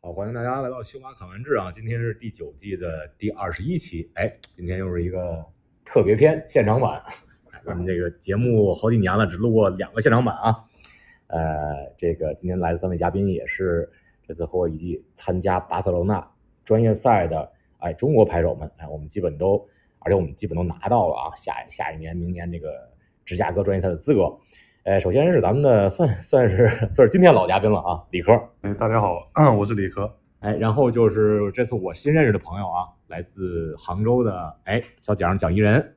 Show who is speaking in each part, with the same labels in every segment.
Speaker 1: 好，欢迎大家来到星马侃玩志啊！今天是第九季的第二十一期，哎，今天又是一个特别篇现场版。我们这个节目好几年了，只录过两个现场版啊。呃，这个今天来的三位嘉宾也是这次和我一起参加巴塞罗那专业赛的，哎，中国牌手们，哎，我们基本都，而且我们基本都拿到了啊，下下一年、明年这个芝加哥专业赛的资格。呃，首先是咱们的算算是算是今天老嘉宾了啊，李科。
Speaker 2: 哎，大家好， 我是李科。
Speaker 1: 哎，然后就是这次我新认识的朋友啊，来自杭州的哎小蒋蒋怡人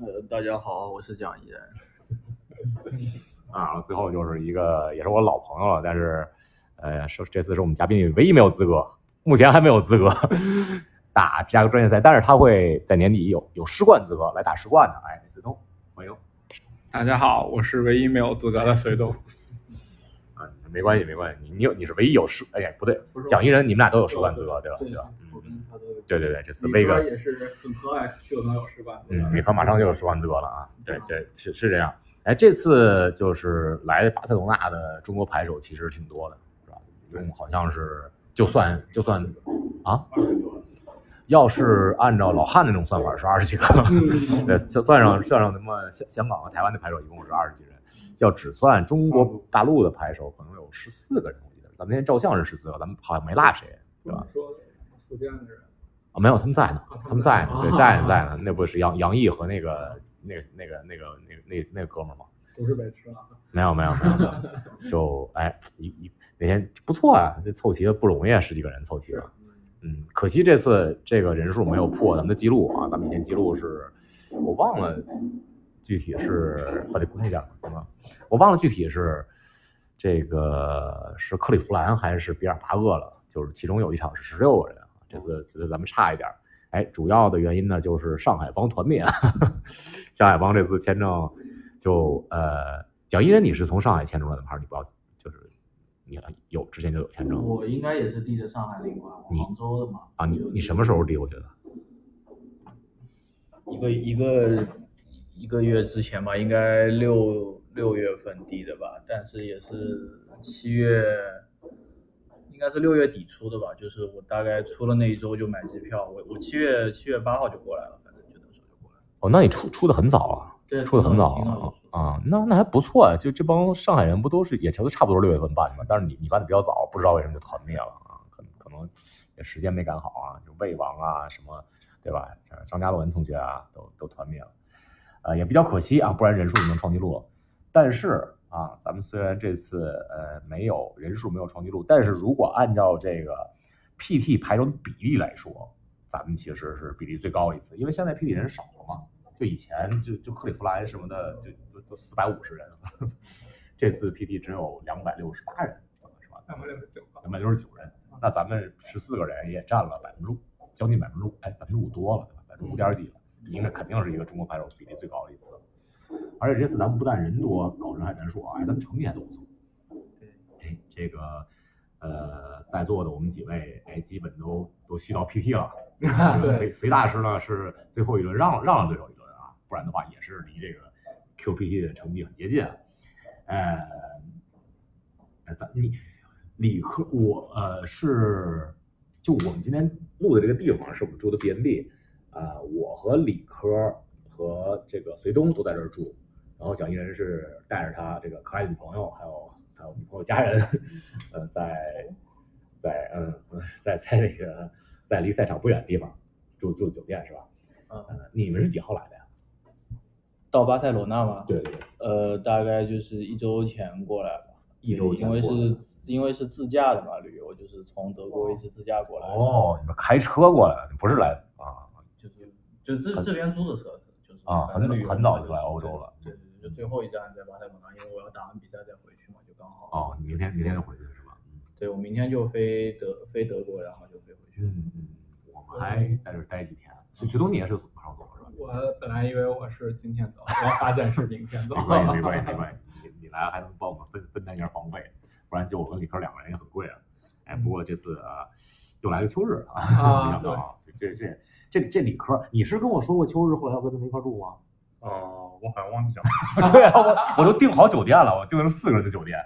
Speaker 3: 呃，大家好，我是蒋怡人。
Speaker 1: 啊，最后就是一个也是我老朋友了，但是呃是这次是我们嘉宾里唯一没有资格，目前还没有资格打芝加哥专业赛，但是他会在年底有有世冠资格来打世冠的，哎，随东欢迎
Speaker 4: 大家好，我是唯一没有资格的随东。
Speaker 1: 啊，没关系没关系，你你有你是唯一有世哎呀不对
Speaker 3: 不是，我
Speaker 1: 蒋怡人你们俩都有世冠资格对吧？
Speaker 3: 对啊
Speaker 1: 对吧？
Speaker 3: 我
Speaker 1: 嗯，
Speaker 3: 跟他都有。
Speaker 1: 对对对，这次
Speaker 4: 李
Speaker 1: Vegas
Speaker 4: 哥也是很和蔼，就能有失败。
Speaker 1: 嗯，你看马上就有十万资格了啊！对对，是是这样。哎，这次就是来巴塞罗那的中国牌手其实挺多的，是吧？一共好像是就算就算啊，要是按照老汉那种算法是二十几个， 对，算算上算上咱们香香港和台湾的牌手一共是二十几人，要只算中国大陆的牌手可能有十四个人，我记得。咱们那天照相是十四个，咱们好像没落谁，是吧？
Speaker 4: 说福建的人，
Speaker 1: 啊，没有，他们在呢，他们在呢，哦对，
Speaker 4: 啊
Speaker 1: 在呢，在呢。那不是杨杨毅和那个那个那个那个那个那那个哥们儿吗？
Speaker 4: 不是被吃了。
Speaker 1: 没有，没有，没有，没 有。就哎，一一那天不错啊，这凑齐了不容易啊，十几个人凑齐了。嗯，可惜这次这个人数没有破咱们的记录啊，咱们以前记录是，我忘了具体是，我得关一下，什么？我忘了具体是这个是克利夫兰还是比尔巴鄂了，就是其中有一场是十六个人啊，这次这次咱们差一点儿。哎，主要的原因呢就是上海帮团灭啊， 上海帮这次签证就呃，蒋一人你是从上海签出来的吗？还是你不要就是你有之前就有签证
Speaker 3: 我应该也是递的上海领馆，我
Speaker 1: 你
Speaker 3: 杭州的嘛。
Speaker 1: 啊？你你什么时候递？我觉得
Speaker 5: 一个一个一个月之前吧，应该六六月份递的吧，但是也是七月，应该是六月底出的吧，就是我大概出了那一周就买机票，我我七月七月八号就过来了，反正就那时候就过来了。
Speaker 1: 哦，那你出出的很早啊。
Speaker 5: 对，
Speaker 1: 出的很
Speaker 5: 挺早
Speaker 1: 早
Speaker 5: 就出
Speaker 1: 啊啊，那那还不错啊。就这帮上海人不都是也都差不多六月份办的嘛？但是你你办的比较早，不知道为什么就团灭了啊，可能可能也时间没赶好啊，就魏王啊什么，对吧？像张嘉伦同学啊，都都团灭了，呃，也比较可惜啊，不然人数也能创纪录。但是啊，咱们虽然这次呃没有人数没有创纪录，但是如果按照这个 PT 排成比例来说，咱们其实是比例最高一次，因为现在 PT 人少了嘛。就以前就就克利夫兰什么的，就就都四百五十人了， 这次 PT 只有两百六十八人，是吧？
Speaker 4: 三百六十九吧，嗯
Speaker 1: 两百六十九人，那咱们十四个人也占了百分之五，将近百分之五，哎，百分之五多了，对吧？百分之五点几了，
Speaker 4: 嗯
Speaker 1: 应该肯定是一个中国牌手比例最高的一次。而且这次咱们不但人多，搞人还人数啊，哎，咱们成绩还都不错。对，哎，这个呃，在座的我们几位，哎，基本都都续到 PT 了。这 个
Speaker 4: 对
Speaker 1: 隋隋大师呢是最后一轮让让了对手一轮啊，不然的话也是离这个 QPT 的成绩很接近。啊呃，哎咱你理科，我呃是，就我们今天录的这个地方是我们住的 B&B，啊、我和理科和这个隋东都在这儿住，然后蒋一人是带着他这个可爱的女朋友，还有还有女朋友家人， 呃，在在嗯嗯在在那个在离赛场不远的地方住住酒店是吧？
Speaker 5: 嗯
Speaker 1: 呃，你们是几号来的呀？
Speaker 5: 到巴塞罗那嘛，
Speaker 1: 对对对，
Speaker 5: 呃，大概就是一周前过来吧，
Speaker 1: 一周前
Speaker 5: 因为
Speaker 1: 过来
Speaker 5: 是因为是自驾的嘛，旅游就是从德国一直自驾过来的，
Speaker 1: 哦，你们开车过来了，不是来啊？
Speaker 5: 就是就这这边租的车，就是
Speaker 1: 啊
Speaker 5: 反正
Speaker 1: 很
Speaker 5: 旅游
Speaker 1: 很早
Speaker 5: 嘛
Speaker 1: 就来欧洲了
Speaker 5: 对对对，就最后一站在巴塞罗那，因为我要打完比赛再回去嘛，就刚好。
Speaker 1: 哦，你明天明天就回去是吧？
Speaker 5: 对，我明天就飞德飞德国，然后就飞回去。
Speaker 1: 嗯嗯，我们还在这儿待几天。啊所以学东你也是马上走了是吧？
Speaker 4: 我本来以为我是今天走，我发现是明天走。
Speaker 1: 没关系没关系没关系，你你来还能帮我们分分担一下房费，不然就我跟理科两个人也很贵啊。哎，不过这次啊，又来个秋日啊，
Speaker 4: 啊
Speaker 1: 没想到啊，这这这这理科，你是跟我说过秋日后来要跟他们一块儿住吗？
Speaker 2: 哦，我好像忘记讲了，
Speaker 1: 对啊，我我都订
Speaker 2: 嗯
Speaker 1: 好酒店了，我订的是四个人的酒店，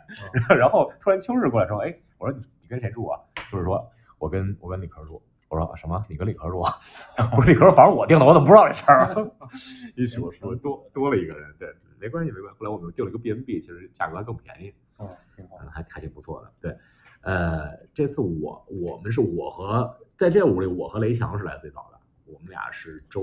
Speaker 1: 然后突然秋日过来说，哎，我说你你跟谁住啊？就是说我跟我跟李科说，我说什么？你跟李科说？我说啊李科，反正我定的，我怎么不知道这事儿？啊 一起
Speaker 2: 嗯
Speaker 1: 我说多多了一个人，对，没关系没关系。后来我们定了一个 B N B，其实价格还更便宜，
Speaker 2: 嗯，挺好。
Speaker 1: 嗯还还挺不错的。对，呃，这次我我们是我和在这屋里，我和雷强是来最早的，我们俩是周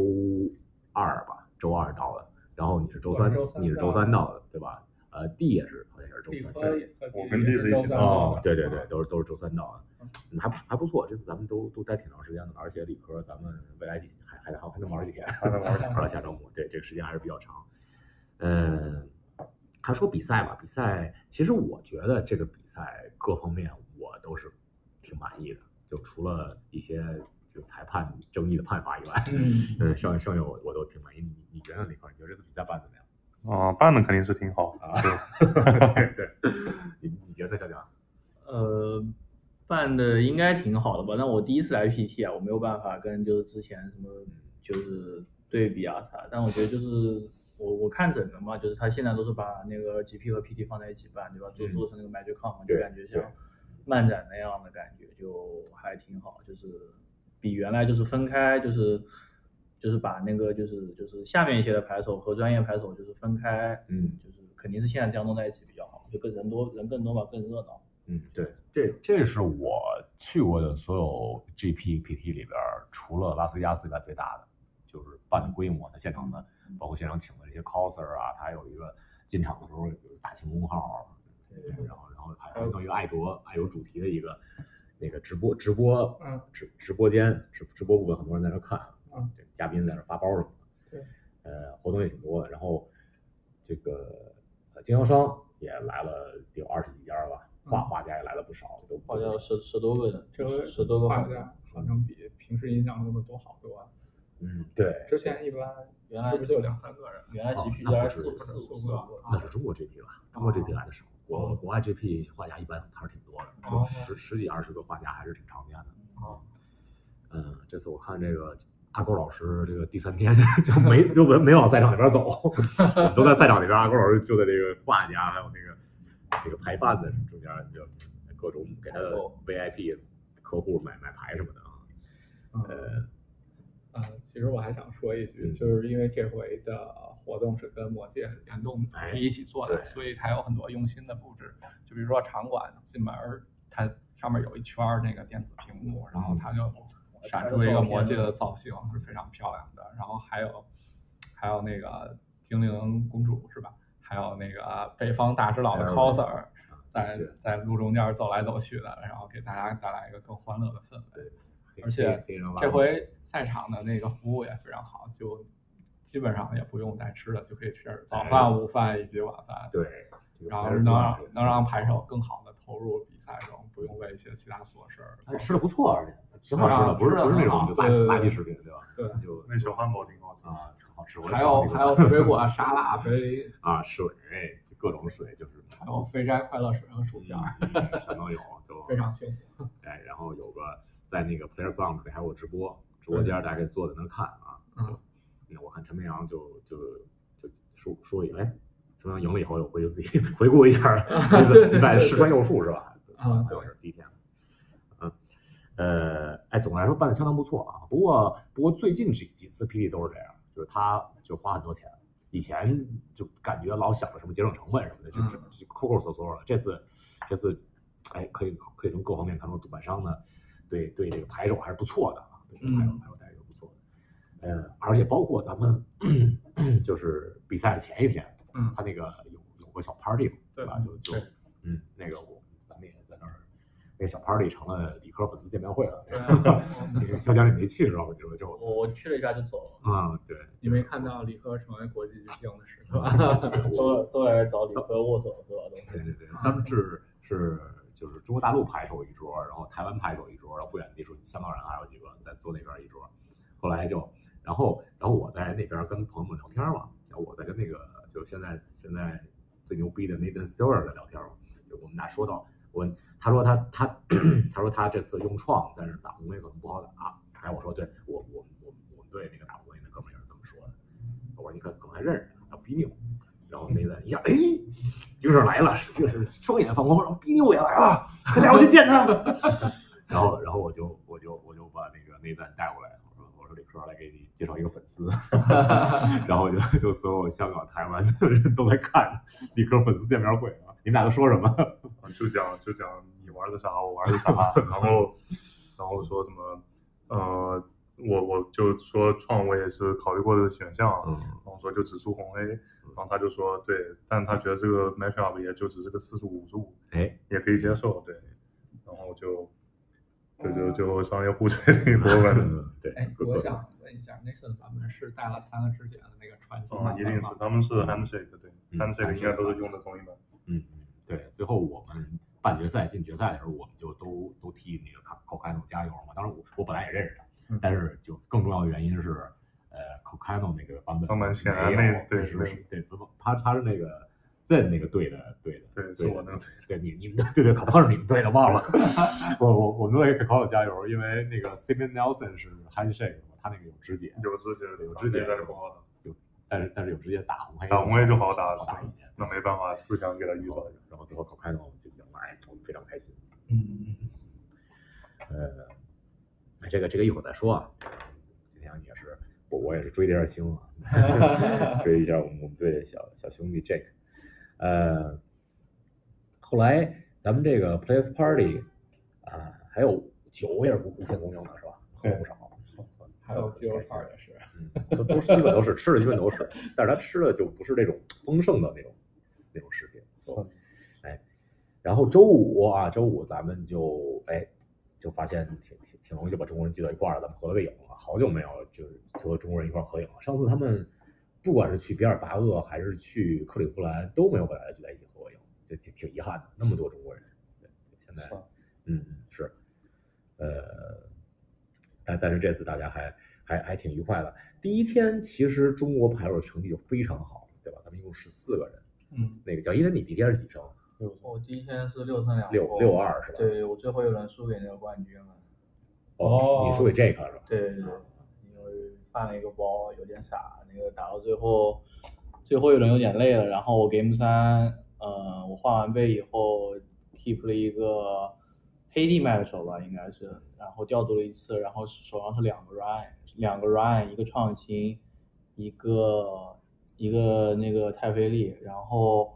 Speaker 1: 二吧，周二到的，然后你是周
Speaker 4: 我
Speaker 1: 三，
Speaker 4: 是周三
Speaker 1: 你是周
Speaker 4: 到的
Speaker 1: 三到的，对吧？呃，D 也是，好像也是周
Speaker 4: 理
Speaker 1: 三，
Speaker 4: 科
Speaker 1: 对。
Speaker 4: 也和
Speaker 2: 我
Speaker 4: 地
Speaker 2: 跟
Speaker 4: 理
Speaker 2: 这
Speaker 4: 也
Speaker 2: 次
Speaker 4: 是
Speaker 2: 一
Speaker 4: 周
Speaker 2: 起到
Speaker 4: 三到
Speaker 1: 哦
Speaker 4: 的，啊
Speaker 1: 对对对，都是都是周三到的，嗯还不还不错，这次咱们都都待挺长时间的了，而且理科咱们未来几还还还还能玩几天，还能玩玩到下周末，对，这个时间还是比较长。嗯，还说比赛吧，比赛其实我觉得这个比赛各方面我都是挺满意的，就除了一些就裁判争议的判罚以外，
Speaker 4: 嗯，
Speaker 1: 嗯，剩剩下我我都挺满意。你你觉得理科，你觉得这次比赛办得怎么样？
Speaker 2: 啊，办的肯定是挺好的，对，
Speaker 1: 对，你你觉得小蒋？
Speaker 5: 呃，办的应该挺好的吧？但我第一次来 PT 啊，我没有办法跟就是之前什么就是对比啊啥，但我觉得就是我我看整个嘛，就是他现在都是把那个 GP 和 PT 放在一起办，对吧？就
Speaker 1: 嗯
Speaker 5: 做成那个 Magic Com，嘛就
Speaker 1: 对
Speaker 5: 感觉像
Speaker 1: 对
Speaker 5: 漫展那样的感觉，就还挺好，就是比原来就是分开就是。就是把那个就是就是下面一些的牌手和专业牌手就是分开，
Speaker 1: 嗯
Speaker 5: 就是肯定是现在这样弄在一起比较好，就更人多人更多嘛，更热闹。
Speaker 1: 嗯，对，这这是我去过的所有 GP、PT 里边儿，除了拉斯维加斯以外最大的，就是办的规模，它现场的，包括现场请的这些 coser 啊，它还有一个进场的时候有大庆功号，嗯然后然后还还有一个爱卓爱有主题的一个那个直播直播
Speaker 4: 嗯
Speaker 1: 直直播间直直播部分，很多人在那看，啊
Speaker 4: 嗯，
Speaker 1: 嘉宾在那发包什么的，
Speaker 4: 对，
Speaker 1: 呃，活动也挺多的，然后这个呃经销商也来了有二十几家吧，画
Speaker 4: 嗯
Speaker 1: 画家也来了不少，都
Speaker 5: 好像十十多个人，
Speaker 4: 这回
Speaker 5: 十多个
Speaker 4: 画
Speaker 5: 画家。
Speaker 4: 家好像比平时印象中的多好多啊。
Speaker 1: 嗯对，
Speaker 4: 之前一般
Speaker 5: 原来
Speaker 4: 是不是就两三个人？
Speaker 5: 原来
Speaker 1: 哦
Speaker 5: GP
Speaker 1: 那
Speaker 5: 大概
Speaker 1: 不
Speaker 5: 四
Speaker 1: 止
Speaker 5: 五四啊
Speaker 4: 四
Speaker 5: 五
Speaker 4: 五
Speaker 5: 四
Speaker 4: 啊个
Speaker 5: 五
Speaker 1: 那是中国 GP 吧，中国 GP 来的少，国国外 GP 画家一般还是挺多的，
Speaker 4: 哦
Speaker 1: 就十十几二十个画家还是挺常见的。啊嗯，这次我看这个阿勾老师，这个第三天 就没就没没往赛场里边走， 我们都在赛场里边，阿勾老师就在这个画家还有那个这个排饭的中间就各种给他的 VIP 客户买买牌什么的啊。
Speaker 4: 嗯，呃，其实我还想说一句，
Speaker 1: 嗯
Speaker 4: 就是因为这回的活动是跟魔界联动
Speaker 1: 哎
Speaker 4: 是一起做的，
Speaker 1: 对
Speaker 4: 所以它有很多用心的布置。就比如说场馆进门儿，它上面有一圈儿那个电子屏幕，
Speaker 1: 嗯
Speaker 4: 然后它就闪出一个魔界的造型，是非常漂亮的。然后还有还有那个精灵公主是吧？还有那个北方大只佬的
Speaker 1: 哎
Speaker 4: coser，在
Speaker 1: 是
Speaker 4: 在路中间走来走去的，然后给大家带来一个更欢乐的氛围。而且
Speaker 1: 可以让拉
Speaker 4: 这回赛场的那个服务也非常好，就基本上也不用带吃的，就可以吃早
Speaker 1: 哎
Speaker 4: 饭、午饭以及晚饭。，
Speaker 1: 对，
Speaker 4: 然后能让能让牌手更好的投入比赛中，不用为一些其他琐事儿。
Speaker 1: 哎吃的不错，而且挺好吃的，
Speaker 4: 啊
Speaker 1: 不是
Speaker 4: 吃得
Speaker 1: 不是那
Speaker 4: 很好
Speaker 1: 种就垃
Speaker 4: 对对对
Speaker 1: 垃圾食品对吧？
Speaker 4: 对
Speaker 1: 就
Speaker 2: 那小汉堡挺好吃。
Speaker 1: 啊挺好吃，我也
Speaker 4: 还
Speaker 1: 喜欢
Speaker 4: 有
Speaker 1: 那种
Speaker 4: 还有 水果沙拉杯，
Speaker 1: 啊水就各种水 就是。
Speaker 4: 还有肥宅快乐水和薯片儿，
Speaker 1: 嗯，嗯全都有，就
Speaker 4: 非常幸福。
Speaker 1: 哎，然后有个在那个 Player Sound 里还有直播，直播间大家可以坐在那儿看啊。
Speaker 4: 嗯
Speaker 1: 那我看陈明阳就就就说说了一句，哎，陈明阳赢了以后，我回去自己 回顾一下这
Speaker 4: 对
Speaker 1: 个
Speaker 4: 啊 对
Speaker 1: 击败
Speaker 4: 对
Speaker 1: 石川佑树是吧？
Speaker 4: 啊
Speaker 1: 好像是第一天。嗯，呃，哎，总的来说办的相当不错啊。不过不过最近几几次 PD 都是这样，就是他就花很多钱。以前就感觉老想着什么节省成本什么的，就
Speaker 4: 嗯
Speaker 1: 就就抠抠搜搜的。这次这次，哎，可以可以从各方面看出主办商呢，对对这个牌手还是不错的啊，对这个牌手
Speaker 4: 嗯
Speaker 1: 牌手待遇不错的。呃，而且包括咱们就是比赛的前一天，
Speaker 4: 嗯
Speaker 1: 他那个有有个小 party 嘛
Speaker 4: 对
Speaker 1: 吧？就就
Speaker 4: 对
Speaker 1: 嗯，那个我咱们也在那儿，那个小 party 成了理科粉丝见面会了。
Speaker 4: 对啊，
Speaker 1: 那个小蒋也没去，知道吗？就就
Speaker 5: 我我去了一下就 走
Speaker 1: 啊，对，嗯
Speaker 4: 你没看到理科成为国际巨星的时刻吧？
Speaker 5: 了， 都都来找李哥握手是吧？都
Speaker 1: 对对对，当时是是就是中国大陆牌手一桌，然后台湾牌手一桌，然后不远地处香港人还有几个在坐那边一桌。后来就，然后然后我在那边跟朋友们聊天嘛，然后我在跟那个就现在现在最牛逼的 Nathan Stewart 在聊天嘛，就我们俩说到我，他说他他 他说他这次用创，但是打红威可能不好打。哎，我说对我我我我们队那个打红威那哥们儿也是这么说的。我说你可可能还认识他，叫 b i n 然后 Nathan 一下，哎，精神来了，就是双眼放光，然后 b i n 也来了，快带我去见他。 然后然后我就我就我就把那个内赞带过来，我说我说李科来给你介绍一个粉丝，然后就就所有香港、台湾的人都在看李科粉丝见面会啊，你们俩都说什么？
Speaker 2: 啊就讲就讲你玩的啥，我玩 的啥，然后然后说什么，呃，我我就说创我也是考虑过这个选项，
Speaker 1: 嗯
Speaker 2: 然后说就只输红 A，然后他就说对，但他觉得这个 matchup 也就只是个四十五五十五，
Speaker 1: 哎，
Speaker 2: 也可以接受，对，然后就就就就商业互吹那一波呗，
Speaker 1: 嗯对
Speaker 4: 哎，，
Speaker 1: 各
Speaker 4: 我
Speaker 1: 各
Speaker 4: 想问一下，Nixon 咱们是带了三个指点的那个穿
Speaker 1: 哦
Speaker 4: 心
Speaker 2: 啊，
Speaker 4: 版
Speaker 2: 一定
Speaker 4: 本
Speaker 2: 是
Speaker 4: 吗？
Speaker 2: 他们是 handshake，对
Speaker 1: 嗯
Speaker 2: ，handshake 应该都是用的同一版，
Speaker 1: 嗯嗯，对，最后我们半决赛进决赛的时候，我们就都都替那个卡寇凯诺加油嘛。当然我我本来也认识他
Speaker 2: 嗯，
Speaker 1: 但是就更重要的原因是，呃，寇凯诺那个版本
Speaker 2: 他们显然
Speaker 1: 没有
Speaker 2: 那对
Speaker 1: 是
Speaker 2: 没有
Speaker 1: 是对，不他他是那个 Z 那个队的队的，
Speaker 2: 对，
Speaker 1: 对
Speaker 2: 是我那个推
Speaker 1: 对你你们的对对，可能是你们队的，忘了。 我我我们为考考加油，因为那个 Simon Nelson 是 handshake 嘛，他那个有肢解，
Speaker 2: 有之前
Speaker 1: 有之前
Speaker 2: 在是不好的，
Speaker 1: 但是但是有直接打红黑，
Speaker 2: 打红黑就好打
Speaker 1: 好打一些。
Speaker 2: 那没办法，四强给他预 告一下。
Speaker 1: 然后最后考开呢，我们就赢了，哎，我们非常开心。
Speaker 5: 嗯，
Speaker 1: 呃，哎这个这个一会儿再说啊。今天也是我我也是追了一下星啊，追一下我们我们队的小小兄弟 Jake。呃，后来咱们这个 Players Party 啊、还有酒也是无无限供应的是吧？喝了不少。
Speaker 4: 还有肌肉串儿也是，
Speaker 1: 都都是基本都是吃的，基本都是，但是他吃的就不是那种丰盛的那种那种食品。
Speaker 2: 哦
Speaker 1: 哎，然后周五啊，周五咱们就哎就发现挺挺挺容易就把中国人聚到一块儿了，咱们合了个影了，好久没有就是所有中国人一块儿合影了。上次他们不管是去比尔巴鄂还是去克利夫兰都没有把大家聚在一起合过影，就挺挺遗憾的，那么多中国人，对现在
Speaker 2: 是吧
Speaker 1: 嗯是，呃，但但是这次大家还还还挺愉快的。第一天其实中国排位成绩就非常好，对吧？咱们一共十四个人，
Speaker 5: 嗯，
Speaker 1: 那个叫伊人，你第一天是几胜？
Speaker 5: 我第一天是六三两
Speaker 1: 六六，二是吧？
Speaker 5: 哦对我最后一轮输给那个冠军了，
Speaker 1: 哦，
Speaker 4: 哦
Speaker 1: 你输给这个是吧？
Speaker 5: 对对对，因为犯了一个包，有点傻，那个打到最后，最后一轮有点累了，然后我 game 三，呃，我换完背以后 keep 了一个黑地麦的手吧，应该是，然后调度了一次，然后手上是两个 run，两个 run，一个创新，一个一个那个泰菲利，然后